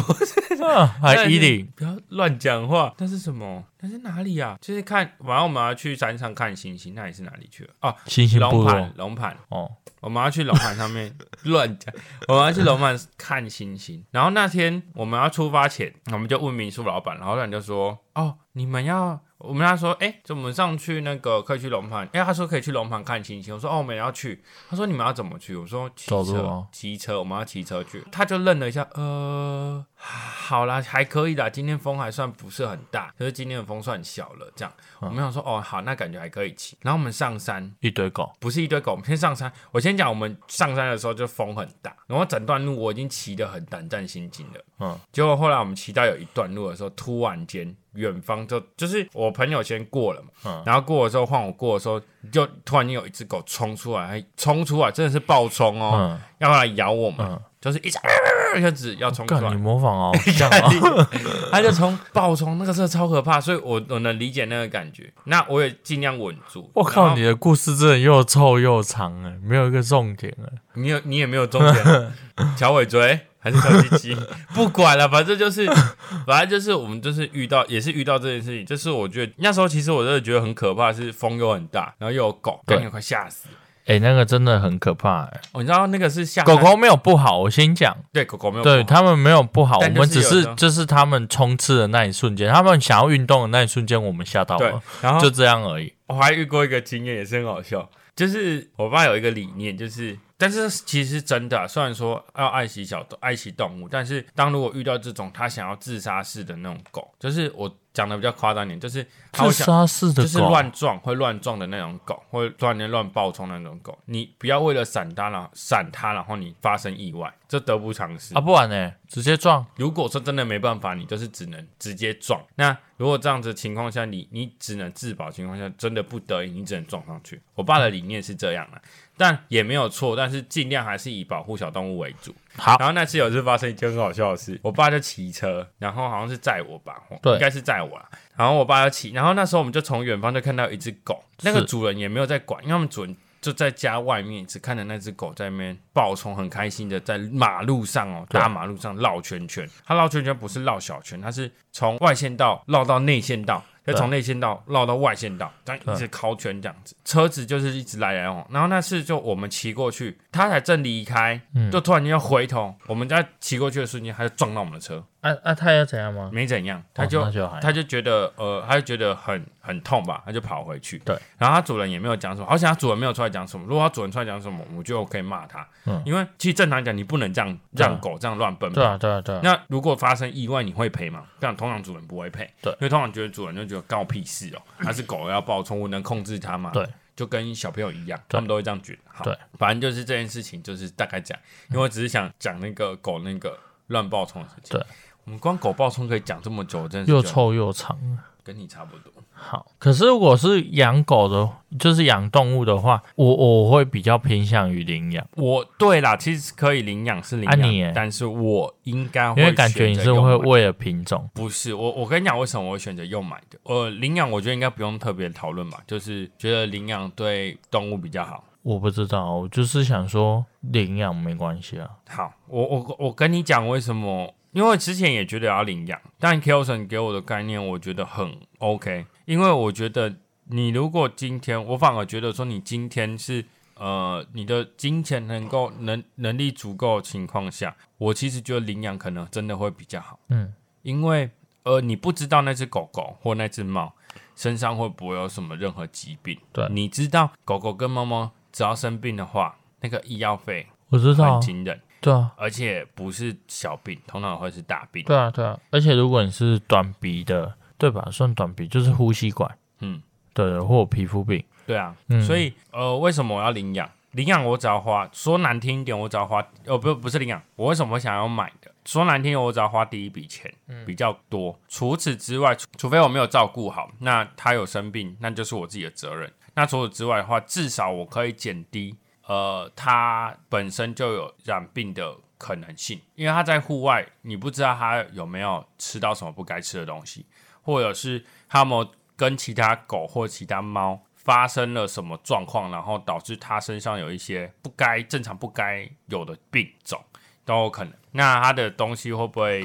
S2: 啊还一岭？
S1: 不要乱讲话。那是什么？那是哪里啊？就是看，晚上我们要去山上看星星，那里是哪里去了？哦，
S2: 星星部
S1: 龙
S2: 落
S1: 盘，龙盘，
S2: 哦，
S1: 我们要去龙盘上 面乱讲，我们要去龙盘看星星。然后那天我们要出发前，我们就问民宿老板，然后老板就说：“哦，你们要。”我们跟他说：“哎、怎么上去那个可以去龙盘？”哎、他说可以去龙盘看星星。我说：“哦，我们也要去。”他说：“你们要怎么去？”我说：“骑
S2: 走路
S1: 车
S2: 哦，
S1: 骑车，我们要骑车去。”他就愣了一下，呃，好啦，还可以啦，今天风还算不是很大，可是今天的风算小了，这样。
S2: 嗯
S1: 我们想说，哦，好，那感觉还可以骑。然后我们上山，
S2: 一堆狗，
S1: 不是一堆狗，我们先上山。我先讲，我们上山的时候就风很大，然后整段路我已经骑得很胆战心惊了。
S2: 嗯，
S1: 结果后来我们骑到有一段路的时候，突然间远方就就是我朋友先过了嘛，
S2: 嗯
S1: 然后过的时候换我过的时候，就突然间有一只狗冲出来，还冲出来真的是暴冲哦，
S2: 嗯，
S1: 要来咬我们，
S2: 嗯
S1: 就是一下啊一下子要冲出
S2: 干
S1: 来
S2: 你，模仿哦，这样哦，
S1: 他就从暴冲，那个真的超可怕，所以我我能理解那个感觉，那我也尽量稳住。
S2: 我
S1: 然
S2: 靠，
S1: 后
S2: 你的故事真的又臭又长哎，没有一个重点哎，
S1: 你有你也没有中 间，小尾椎还是小鸡鸡，不管了，反正就是，反正就是我们就是遇到，也是遇到这件事情，就是我觉得那时候其实我真的觉得很可怕，是风又很大，然后又有狗，
S2: 对
S1: 感觉快吓死。
S2: 哎，那个真的很可怕哎，
S1: 哦，你知道那个是吓
S2: 狗狗没有不好，我先讲，
S1: 对狗狗没有
S2: 对
S1: 它
S2: 他们没有不好，我
S1: 但就是
S2: 们只
S1: 有
S2: 是
S1: 的
S2: 就是他们冲刺的那一瞬间，他们想要运动的那一瞬间，我们吓到
S1: 对啊
S2: 了，，
S1: 然后
S2: 就这样而已。
S1: 我还遇过一个经验，也是很好笑，就是我爸有一个理念，就是。但是其实是真的啊、虽然说要爱惜小动、爱惜动物，但是当如果遇到这种他想要自杀式的那种狗，就是我讲的比较夸张一点，就是他会
S2: 自
S1: 想
S2: 杀式的
S1: 就
S2: 狗，
S1: 是乱撞会乱撞的那种狗，会突然间乱暴冲的那种狗，你不要为了闪它，然后闪它，然后你发生意外，这得不偿失
S2: 啊，。不然呢？直接撞，
S1: 如果说真的没办法，你就是只能直接撞。那如果这样子的情况下，你你只能自保的情况下，真的不得已，你只能撞上去。我爸的理念是这样的、但也没有错，但是尽量还是以保护小动物为主。
S2: 好
S1: 然后那次有一次发生一件很好笑的事，我爸就骑车，然后好像是载我吧，哦
S2: 对
S1: 应该是载我啦。然后我爸就骑，然后那时候我们就从远方就看到一只狗，那个主人也没有在管，因为他们主人就在家外面，只看着那只狗在那边暴冲，很开心的在马路上哦，
S2: 对
S1: 大马路上绕圈圈。它绕圈圈不是绕小圈，它是从外线道绕到内线道，再从内线道绕到外线道，这样一直靠圈这样子。车子就是一直来来往。然后那次就我们骑过去，它才正离开，就突然间要回头，我们在骑过去的瞬间，它就撞到我们的车，
S2: 啊啊，他要怎样吗？
S1: 没怎样，它就
S2: 哦那就还好
S1: 嗯他就觉得呃，他就觉得很很痛吧，他就跑回去。
S2: 对，
S1: 然后他主人也没有讲什么，而且他主人没有出来讲什么。如果他主人出来讲什么，我就可以骂他，
S2: 嗯
S1: 因为其实正常讲，你不能这样
S2: 对啊
S1: 让狗这样乱奔跑。
S2: 对啊，对啊，对啊，
S1: 那如果发生意外，你会赔吗？这样通常主人不会赔，
S2: 对
S1: 因为通常觉得主人就觉得告屁事 哦，还是狗要暴冲，我能控制它吗？
S2: 对，
S1: 就跟小朋友一样，
S2: 对
S1: 他们都会这样觉得。好
S2: 对，嗯
S1: 反正就是这件事情，就是大概讲，因为我只是想讲那个狗那个乱暴冲的事情。
S2: 对，
S1: 我们光狗暴冲可以讲这么久，我真的是
S2: 又
S1: 觉得
S2: 臭又长。
S1: 跟你差不多。
S2: 好，可是如果是养狗的，就是养动物的话，我我会比较偏向于领养，
S1: 我对啦，其实可以领养是领
S2: 啊你
S1: 养，
S2: 耶
S1: 但是我应该会
S2: 因为感觉你
S1: 选
S2: 是
S1: 择用
S2: 会
S1: 买
S2: 为了品种，
S1: 不是我，我跟你讲，为什么我会选择用买的？呃，领养我觉得应该不用特别讨论吧，就是觉得领养对动物比较好。
S2: 我不知道，我就是想说领养没关系啊。
S1: 好，我我我跟你讲为什么？因为之前也觉得要领养，但 Kelson 给我的概念，我觉得很 OK，因为我觉得你如果今天，我反而觉得说你今天是呃你的金钱能够能能力足够的情况下，我其实觉得领养可能真的会比较好，
S2: 嗯，
S1: 因为呃你不知道那只狗狗或那只猫身上会不会有什么任何疾病，
S2: 对
S1: 你知道狗狗跟猫猫只要生病的话，那个医药费
S2: 我知道
S1: 很
S2: 啊，
S1: 惊人。
S2: 对啊，
S1: 而且不是小病，通常会是大病。
S2: 对啊，对啊，而且如果你是短鼻的，对吧？算短鼻就是呼吸管，
S1: 嗯，
S2: 对，或皮肤病，
S1: 对啊，
S2: 嗯
S1: 所以呃，为什么我要领养？领养我只要花，说难听一点，我只要花，呃，不，不是领养，我为什么想要买的？说难听，我只要花第一笔钱
S2: 嗯
S1: 比较多。除此之外，除除非我没有照顾好，那他有生病，那就是我自己的责任。那除此之外的话，至少我可以减低呃，它本身就有染病的可能性，因为它在户外，你不知道它有没有吃到什么不该吃的东西，或者是它有没有跟其他狗或其他猫发生了什么状况，然后导致它身上有一些不该正常不该有的病种都有可能。那它的东西会不会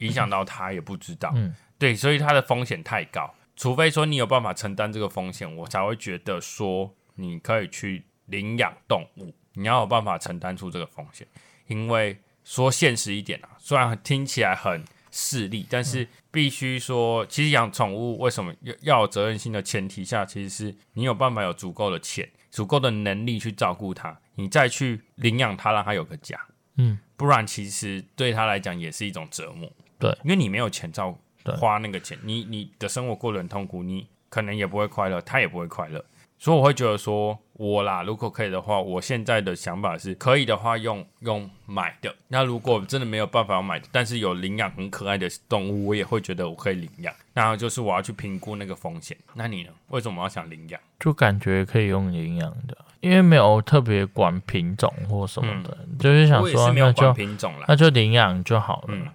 S1: 影响到它也不知道，
S2: 嗯
S1: 对，所以它的风险太高。除非说你有办法承担这个风险，我才会觉得说你可以去领养动物，你要有办法承担出这个风险。因为说现实一点啊，虽然听起来很势利，但
S2: 嗯
S1: 是必须说，其实养宠物为什么要要有责任心的前提下，其实是你有办法有足够的钱、足够的能力去照顾它，你再去领养它，让它有个家。
S2: 嗯，
S1: 不然其实对它来讲也是一种折磨。
S2: 对
S1: 因为你没有钱照
S2: 对
S1: 花那个钱，你你的生活过得很痛苦，你可能也不会快乐，他也不会快乐，所以我会觉得说，我啦，如果可以的话，我现在的想法是可以的话用用买的，那如果真的没有办法买，但是有领养很可爱的动物，我也会觉得我可以领养，那就是我要去评估那个风险。那你呢？为什么要想领养？
S2: 就感觉可以用领养的，因为没有特别管品种或什么的，就是想
S1: 嗯我也
S2: 说
S1: 是没
S2: 那
S1: 有管
S2: 就
S1: 品种啦，
S2: 那就领养就好了。
S1: 嗯，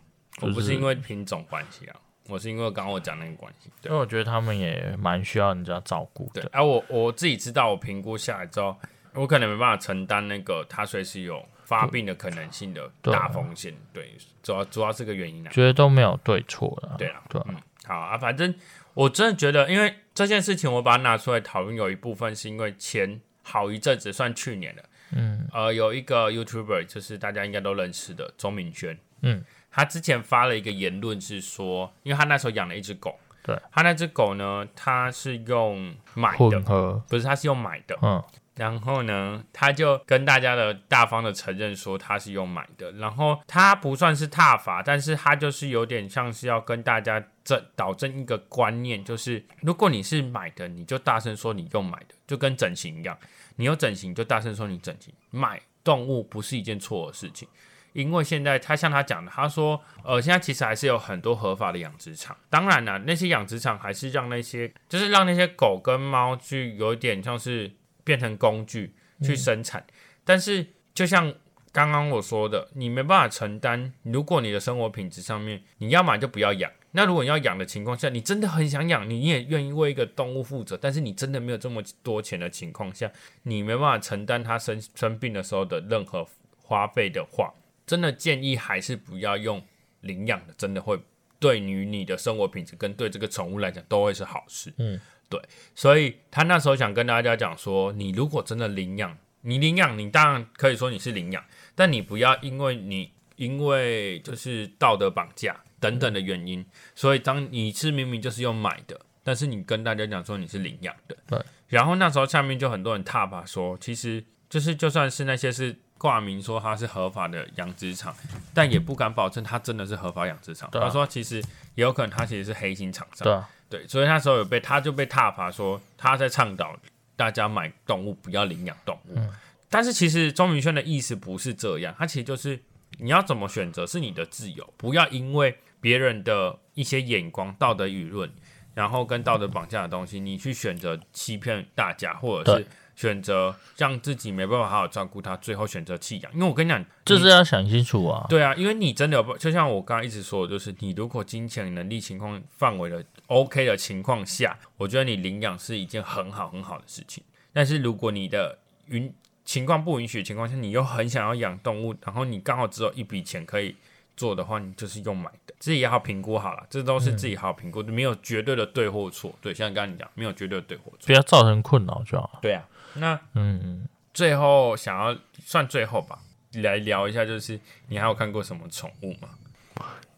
S1: 我不是因为品种关系啊，我是因为刚刚我讲那个关系。对
S2: 因为我觉得他们也蛮需要人家照顾
S1: 对
S2: 的，，
S1: 啊，我我自己知道，我评估下来之后，我可能没办法承担那个他随时有发病的可能性的
S2: 对
S1: 大风险。对，主要主要这个原因啊。
S2: 觉得都没有对错了。
S1: 对啦，
S2: 对啊
S1: 嗯，好啊，反正我真的觉得，因为这件事情，我把它拿出来讨论，有一部分是因为前好一阵子，算去年了，嗯，呃，有一个 YouTuber，就是大家应该都认识的钟明轩，
S2: 嗯，
S1: 他之前发了一个言论是说，因为他那时候养了一只狗，
S2: 对，
S1: 他那只狗呢，他是用买的
S2: 混，合，
S1: 不是，他是用买的，
S2: 嗯，
S1: 然后呢，他就跟大家的大方的承认说他是用买的，然后他不算是踏法，但是他就是有点像是要跟大家正导正一个观念，就是如果你是买的，你就大声说你用买的，就跟整形一样，你有整形就大声说你整形，买动物不是一件错的事情。因为现在他像他讲的，他说，呃，现在其实还是有很多合法的养殖场。当然啦、那些养殖场还是让那些，就是让那些狗跟猫去有点像是变成工具去生产。但是就像刚刚我说的，你没办法承担。如果你的生活品质上面，你要买就不要养。那如果你要养的情况下，你真的很想养，你也愿意为一个动物负责，但是你真的没有这么多钱的情况下，你没办法承担它生生病的时候的任何花费的话，真的建议还是不要用领养的，真的会对于你的生活品质跟对这个宠物来讲都会是好事。
S2: 嗯，
S1: 对，所以他那时候想跟大家讲说，你如果真的领养，你领养，你当然可以说你是领养，但你不要因为你因为就是道德绑架等等的原因，所以当你是明明就是用买的，但是你跟大家讲说你是领养的，
S2: 对。
S1: 然后那时候下面就很多人踏吧说，其实就是就算是那些是挂名说它是合法的养殖场，但也不敢保证它真的是合法养殖场。
S2: 对啊
S1: 他说其实也有可能它其实是黑心厂商。
S2: 对啊，
S1: 对，所以那时候有被他就被踏伐说他在倡导大家买动物不要领养动物，
S2: 嗯
S1: 但是其实钟明轩的意思不是这样，他其实就是你要怎么选择是你的自由，不要因为别人的一些眼光、道德舆论，然后跟道德绑架的东西，你去选择欺骗大家，或者是
S2: 对
S1: 选择让自己没办法好好照顾它，最后选择弃养。因为我跟你讲，
S2: 就是要想清楚啊。
S1: 对啊，因为你真的有办，就像我刚刚一直说的，就是你如果金钱能力情况范围的 OK 的情况下，我觉得你领养是一件很好很好的事情。但是如果你的允情况不允许的情况下，你又很想要养动物，然后你刚好只有一笔钱可以做的话，你就是用买的，自己也好评估好了，这都是自己好好评估，没有绝对的对或错。对，像刚刚你讲，没有绝对的对或错。
S2: 不要造成困扰就好了。
S1: 对啊，那
S2: 嗯，嗯，
S1: 最后想要算最后吧，来聊一下，就是你还有看过什么宠物吗？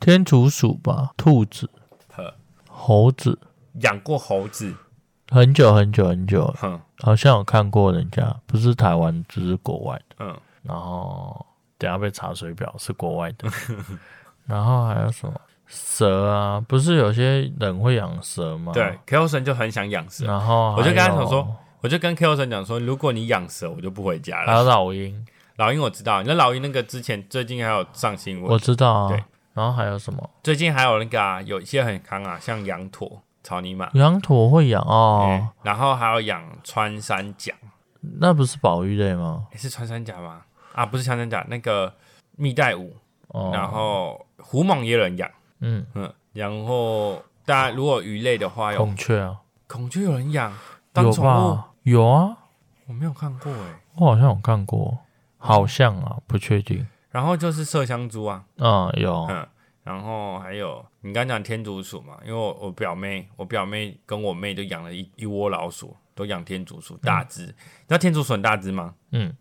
S2: 天竺鼠吧，兔子
S1: 呵、
S2: 猴子，
S1: 养过猴 子，
S2: 很久很久很久了，
S1: 哼，
S2: 好像有看过人家，不是台湾，只是国外的。
S1: 嗯，
S2: 然后等下被查水表是国外 的，然后还有什么蛇啊？不是有些人会养蛇吗？
S1: 对。，Ko 神就很想养蛇，
S2: 然后还有
S1: 我就跟他讲
S2: 哎
S1: 说，我就跟 Ko 神讲说，如果你养蛇，我就不回家
S2: 还
S1: 了。
S2: 有老鹰，
S1: 老鹰我知道，那老鹰那个之前最近还有上新
S2: 我
S1: 闻，
S2: 知道
S1: 对
S2: 啊。然后还有什么
S1: 最近还有那个啊，有一些很康啊，像羊驼、草泥马，
S2: 羊驼会养
S1: 哎
S2: 哦？
S1: 然后还有养穿山甲，
S2: 那不是保育类吗？
S1: 诶是穿山甲吗？啊，不是穿山甲，那个蜜袋鼯，
S2: 哦，
S1: 然后狐獴也有人养，
S2: 嗯，
S1: 嗯，然后大家如果鱼类的话，有
S2: 孔雀啊，
S1: 孔雀有人养当
S2: 有
S1: 宠物，
S2: 吧？有啊，
S1: 我没有看过哎、
S2: 我好像有看过，好像啊，不确定。
S1: 然后就是麝香猪啊，
S2: 嗯，有
S1: 嗯，然后还有你刚讲天竺鼠嘛，因为我我表妹，我表妹跟我妹都养了一一窝老鼠，都养天竺鼠，大只。你知道天竺鼠很大只吗？
S2: 嗯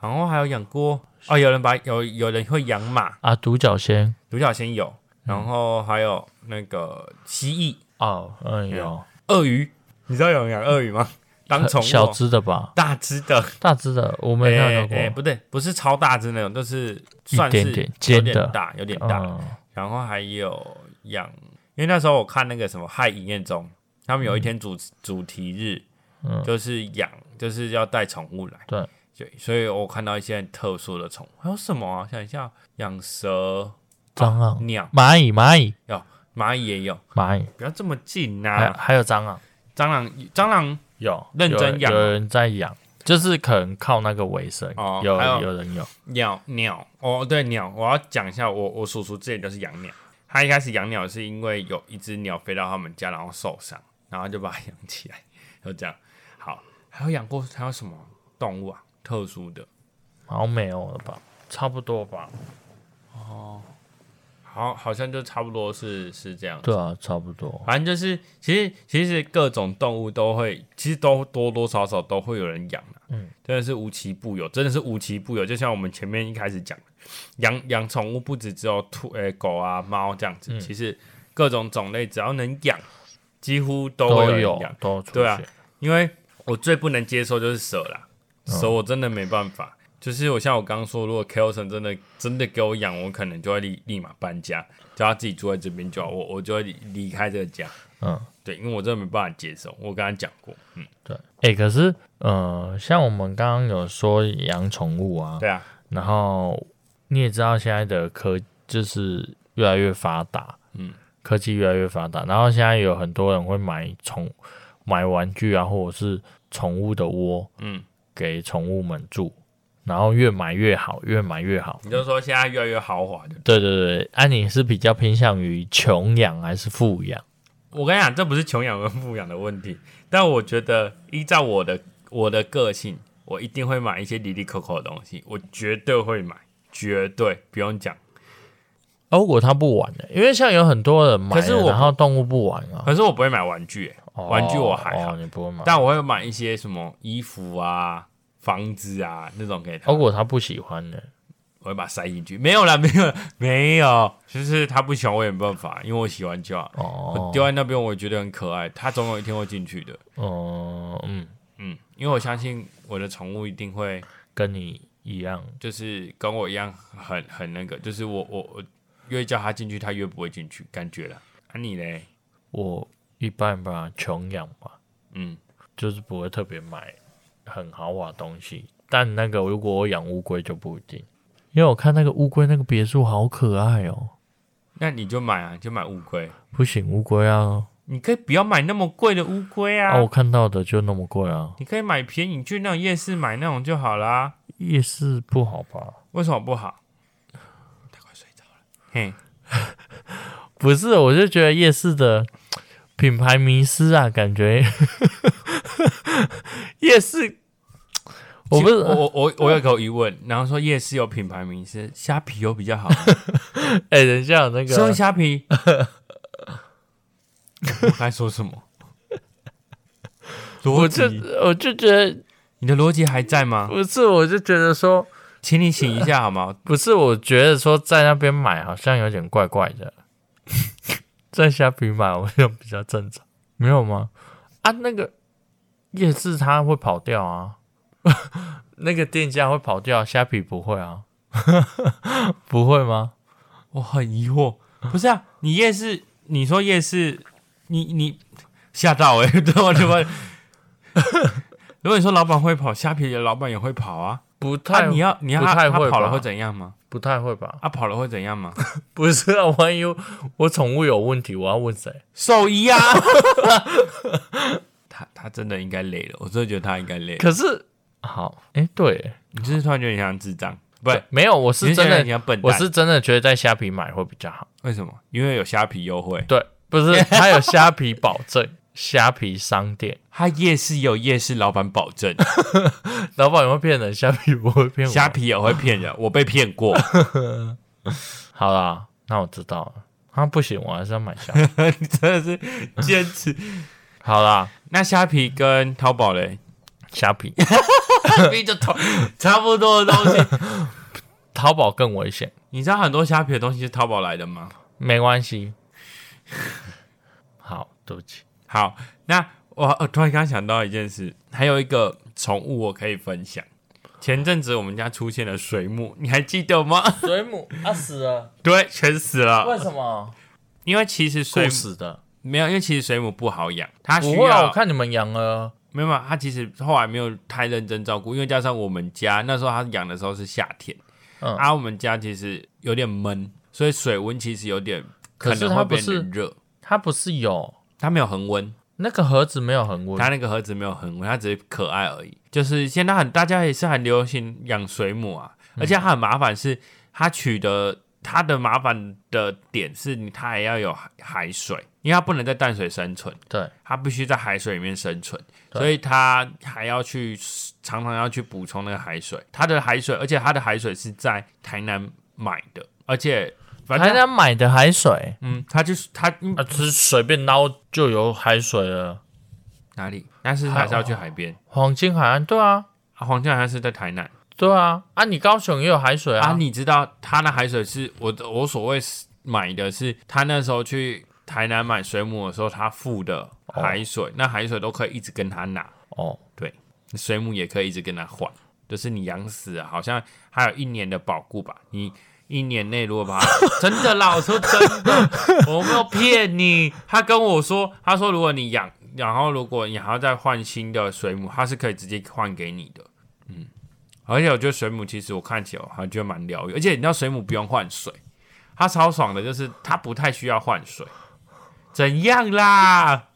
S1: 然后还有养过哦，有人把有有人会养马，
S2: 啊，独角仙
S1: 独角仙有，
S2: 嗯
S1: 然后还有那个蜥蜴、
S2: 哦，
S1: 哎
S2: 嗯有
S1: 鳄鱼，你知道有人养鳄鱼吗？当宠物哦
S2: 小只的吧，
S1: 大只的，
S2: 大只的我没
S1: 哎
S2: 看到
S1: 哎
S2: 过。
S1: 不对，不是超大只那种，就是算是
S2: 一点点
S1: 有
S2: 尖的
S1: 点大，有点大。
S2: 嗯，
S1: 然然后还有养，因为那时候我看那个什么《嗨营业中》，他们有一天主、主题日，
S2: 嗯
S1: 就是养，就是要带宠物来。
S2: 对
S1: 对，所以我看到一些很特殊的宠物，还有什么啊？想一下，养蛇、
S2: 蟑螂、
S1: 鸟、
S2: 蚂蚁、蚂蚁、
S1: 有蚂蚁也有，
S2: 蚂蚁，
S1: 不要这么近呐、
S2: 还有还有蟑螂，
S1: 蟑螂，蟑螂
S2: 有
S1: 认真养哦
S2: 有
S1: 吗
S2: 有人在养，就是可能靠那个为生，
S1: 哦
S2: 有
S1: 还有
S2: 有人有，
S1: 鸟鸟哦，对鸟，我要讲一下，我我叔叔之前就是养鸟，他一开始养鸟是因为有一只鸟飞到他们家，然后受伤，然后就把它 养起来，就这样。好，还有养过还有什么动物啊？特殊的，
S2: 好像没有了吧？差不多吧？
S1: 好，好像就差不多是是这样。
S2: 对啊，差不多。
S1: 反正就是，其实其实各种动物都会，其实都多多少少都会有人养的、
S2: 嗯，
S1: 真的是无奇不有，真的是无奇不有。就像我们前面一开始讲的，养养宠物不止只有兔、诶狗啊、猫这样子，其实各种种类只要能养，几乎都会
S2: 都
S1: 有人
S2: 有
S1: 养。
S2: 都有出
S1: 对啊
S2: 现，
S1: 因为我最不能接受就是蛇啦，蛇我真的没办法。就是我像我刚刚说，如果 Kelson 真的真的给我养，我可能就会立立马搬家，叫他自己住在这边就好，我我就会离离开这个家。
S2: 嗯，
S1: 对，因为我真的没办法接受，我跟他讲过，嗯，
S2: 对。哎、可是呃，像我们刚刚有说养宠物啊，
S1: 对啊，
S2: 然后你也知道现在的科就是越来越发达，
S1: 嗯，
S2: 科技越来越发达，然后现在有很多人会买宠买玩具啊，或者是宠物的窝
S1: 嗯，
S2: 给宠物们住，然后越买越好，越买越好。
S1: 你就说现在越来越豪华的，
S2: 对对对，啊，你是比较偏向于穷养还是富养？
S1: 我跟你讲，这不是穷养跟富养的问题，但我觉得依照我的我的个性，我一定会买一些离离口口的东西，我绝对会买，绝对不用讲。
S2: 啊如果他不玩的、因为像有很多人买
S1: 可是
S2: 了，
S1: 我
S2: 然后动物不玩啊，
S1: 可是我不会买玩具、欸
S2: 哦
S1: 玩具我还好
S2: 哦，你不会买。
S1: 但我会买一些什么衣服啊、房子啊那种给他，
S2: 如果他不喜欢的、
S1: 我会把它塞进去。没有啦，没有啦，没有，就是他不喜欢我也没办法，因为我喜欢就好。
S2: 哦
S1: 我，丢在那边，我觉得很可爱，它总有一天会进去的。
S2: 哦、嗯，
S1: 嗯，因为我相信我的宠物一定会
S2: 跟你一样，
S1: 就是跟我一样很很那个，就是我我我越叫它进去，它越不会进去，感觉了。啊你嘞？
S2: 我一般吧，穷养吧，
S1: 嗯，
S2: 就是不会特别买很豪华的东西。但那个如果我养乌龟就不一定，因为我看那个乌龟那个别墅好可爱哦、
S1: 那你就买啊，就买乌龟。
S2: 不行，乌龟啊，
S1: 你可以不要买那么贵的乌龟啊，
S2: 啊，我看到的就那么贵啊，
S1: 你可以买便宜，你去那种夜市买那种就好啦。
S2: 夜市不好吧？
S1: 为什么不好？他快睡着了。嘿，
S2: 不是，我就觉得夜市的品牌迷失啊，感 觉夜市，我不是
S1: 我我我我有个疑问，然后说夜市有品牌名是虾皮有比较 好吗，
S2: 哎、等一下那
S1: 是用
S2: 个
S1: 虾皮。我该说什 么？逻
S2: 我就
S1: 辑，
S2: 我就觉得
S1: 你的逻辑还在吗？
S2: 不是，我就觉得说
S1: 请你醒一下好吗？
S2: 不是，我觉得说在那边买好像有点怪怪的， 在虾皮买我就比较正常，没有吗？啊，那个夜市它会跑掉啊， 那个店家会跑掉，虾皮不会啊， 不会吗？
S1: 我很疑惑，不是啊？你夜市，你说夜市，你你吓到哎、欸， 对我对我。如果你说老板会跑，虾皮的老板也会跑啊。
S2: 不太，
S1: 他你要你要
S2: 不
S1: 他
S2: 太
S1: 他
S2: 会
S1: 跑了
S2: 吧
S1: 会怎样吗？
S2: 不太会吧？
S1: 他跑了会怎样吗？
S2: 不是啊， 万一我宠物有问题，我要问谁？
S1: 兽医啊！ 他他真的应该累了，我真的觉得他应该累了。
S2: 可是好，哎、对耶，
S1: 你就是突然觉得你像智障，不
S2: 对，没有，我
S1: 你
S2: 是真
S1: 觉得你
S2: 的，
S1: 像笨蛋。
S2: 我是真的觉得在虾皮买会比较好。
S1: 为什么？因为有虾皮优惠，
S2: 对，不是，它有虾皮保证，虾皮商店，
S1: 他夜市有夜市老板保 证，
S2: 老板也会骗人，虾皮不会骗我。
S1: 虾皮也会骗人，我被骗过。
S2: 好啦，那我知道了。啊，不行，我还是要买 虾皮。
S1: 你真的是坚持。
S2: 好啦，
S1: 那虾皮跟淘宝嘞，
S2: 虾 皮，
S1: 虾皮就淘差不多的东西。
S2: 淘宝更危险，
S1: 你知道很多虾皮的东西是淘宝来的吗？
S2: 没关系。好，对不起，
S1: 好，呃那我我突然刚想到一件事，还有一个宠物我可以分享，前阵子我们家出现了水母，你还记得 吗？
S2: 水母啊死了，
S1: 对，全死了。
S2: 为什么？
S1: 因为其实水
S2: 猝
S1: 母
S2: 死的。
S1: 没有，因为其实水母不哦好养，它需
S2: 不会
S1: 要
S2: 啊，我看你们养了，
S1: 没有没有，它其实后来没有太认真照顾，因为加上我们家那时候它养的时候是夏天，
S2: 嗯
S1: 啊，我们家其实有点闷，所以水温其实有点
S2: 可是
S1: 能
S2: 它
S1: 会
S2: 不
S1: 变
S2: 是
S1: 得热。
S2: 它不是有
S1: 它没有恒温，
S2: 那个盒子没有恒温
S1: 它那个盒子没有恒温，它只是可爱而已。就是现在很大家也是很流行养水母啊，
S2: 嗯
S1: 而且它很麻烦，是它取得它的麻烦的点是你它还要有海海水，因为它不能在淡水生存。
S2: 对，
S1: 它必须在海水里面生存，
S2: 对
S1: 所以它还要去常常要去补充那个海水。它的海水，而且它的海水是在台南买的，而且反
S2: 台
S1: 正
S2: 南买的海水
S1: 嗯，它就是它、嗯
S2: 啊，只是随便捞就有海水了。
S1: 哪里？但是它还是要去海边。
S2: 黄金海岸，对啊，
S1: 啊黄金好像是在台南
S2: 对啊，啊，你高雄也有海水
S1: 啊，
S2: 啊，
S1: 你知道它的海水是我的我所谓是买的是他那时候去台南买水母的时候，他付的海水，那海水都可以一直跟他拿。
S2: 哦，
S1: 水母也可以一直跟它换，就是你养死了，好像还有一年的保护吧。你一年内如果把它真的啦，我说真的，我没有骗你。他跟我说，他说如果你养，然后如果你还要再换新的水母，它是可以直接换给你的。嗯，而且我觉得水母其实我看起来我还觉得蛮疗愈，而且你知道水母不用换水，它超爽的，就是它不太需要换水。怎样啦？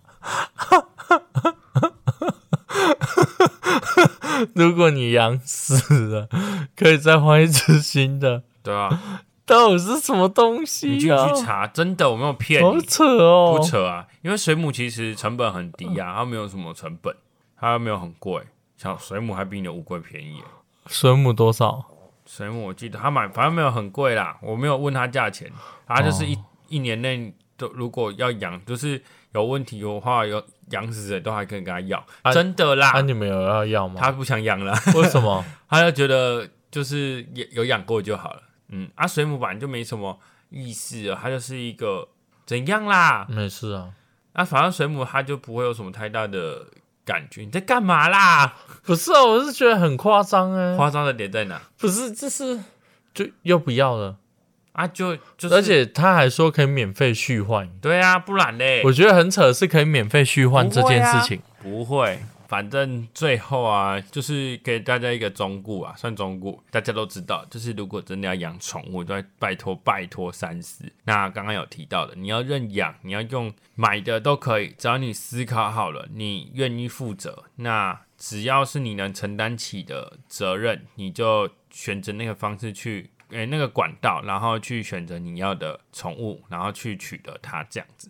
S2: 如果你养死了，可以再换一只新的。
S1: 对啊，
S2: 到底是什么东西、啊？
S1: 你去你去查，真的我没有骗
S2: 好
S1: 你。
S2: 扯哦！
S1: 不扯啊，因为水母其实成本很低啊，它没有什么成本，它没有很贵，像水母还比你的乌龟便宜耶。
S2: 水母多少？
S1: 水母我记得它买，反正没有很贵啦，我没有问它价钱，它就是
S2: 哦
S1: 一、一年内都如果要养，就是有问题的话，有养死人都还可以跟它要，
S2: 啊
S1: 真的啦，
S2: 啊，你们有要要吗？
S1: 它啊不想养了，
S2: 为什么？
S1: 它就觉得就是也有养过就好了。嗯，啊，水母本来就没什么意思了，它就是一个怎样啦，
S2: 没事啊，
S1: 那反正水母它就不会有什么太大的感觉。你在干嘛啦？
S2: 不是啊，我是觉得很夸张哎，
S1: 夸张的点在哪？
S2: 不是，这是就又不要了，
S1: 啊，就就是，
S2: 而且他还说可以免费续换，
S1: 对啊，不然嘞，
S2: 我觉得很扯，是可以免费续换这件事情。
S1: 不啊会。反正最后啊，就是给大家一个忠告啊，算忠告，大家都知道，就是如果真的要养宠物，都要拜托拜托三思。那刚刚有提到的，你要认养，你要用买的都可以，只要你思考好了，你愿意负责，那只要是你能承担起的责任，你就选择那个方式去，诶、那个管道，然后去选择你要的宠物，然后去取得它这样子。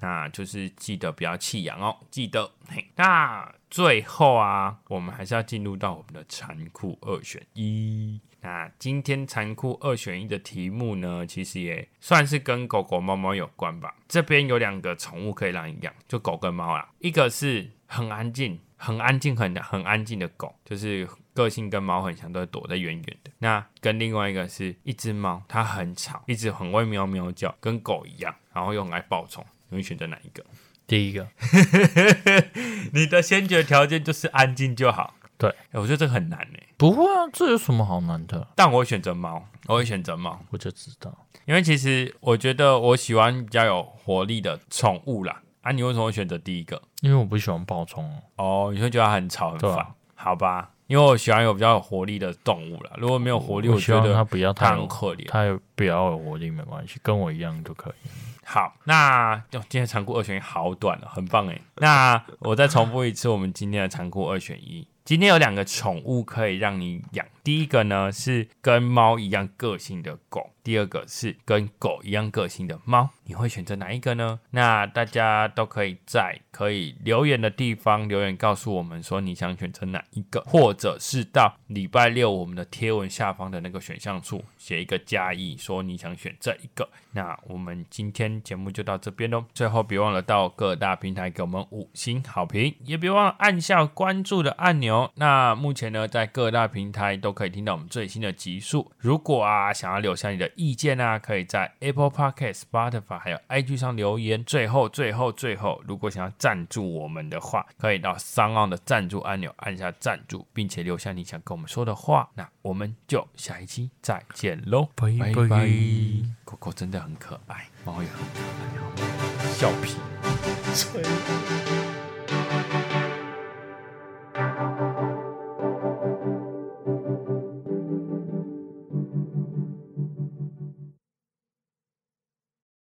S1: 那就是记得不要弃养哦，记得。嘿，那最后啊，我们还是要进入到我们的残酷二选一。那今天残酷二选一的题目呢，其实也算是跟狗狗、猫猫有关吧。这边有两个宠物可以让你养，就狗跟猫啦。一个是很安静、很安静、很很安静的狗，就是个性跟猫很像，都会躲在远远的。那跟另外一个是一只猫，它很吵，一直很会喵喵叫，跟狗一样，然后又很爱报仇。你会选择哪一个？
S2: 第一个，
S1: 你的先决条件就是安静就好。
S2: 对
S1: 欸我觉得这个很难诶、
S2: 不会啊，这有什么好难的？
S1: 但我会选择猫，我会选择猫，
S2: 我就知道，
S1: 因为其实我觉得我喜欢比较有活力的宠物啦。啊，你为什么会选择第一个？
S2: 因为我不喜欢爆冲哦。
S1: 哦，你会觉得它很吵很
S2: 对啊
S1: 烦，好吧？因为我喜欢有比较有活力的动物啦。如果没有活力，
S2: 我希
S1: 觉
S2: 望
S1: 得
S2: 它不要
S1: 它
S2: 太
S1: 很
S2: 有，
S1: 可怜。
S2: 它不要有活力没关系，跟我一样就可以。
S1: 好，那哦，今天残酷二选一好短了，很棒诶。那我再重复一次我们今天的残酷二选一。今天有两个宠物可以让你养，第一个呢是跟猫一样个性的狗，第二个是跟狗一样个性的猫，你会选择哪一个呢？那大家都可以在可以留言的地方留言告诉我们说你想选择哪一个，或者是到礼拜六我们的贴文下方的那个选项处写一个加一，说你想选这一个。那我们今天节目就到这边喽。最后别忘了到各大平台给我们五星好评，也别忘了按下关注的按钮哦。那目前呢，在各大平台都可以听到我们最新的集数。如果啊，想要留下你的意见啊，可以在 Apple Podcast、Spotify 还有 IG 上留言。最后，最后，最后，如果想要赞助我们的话，可以到商岸的赞助按钮按下赞助，并且留下你想跟我们说的话。那我们就下一期再见喽，
S2: 拜拜
S1: 狗狗真的很可爱，猫也很可爱哦，笑屁。
S2: 吹。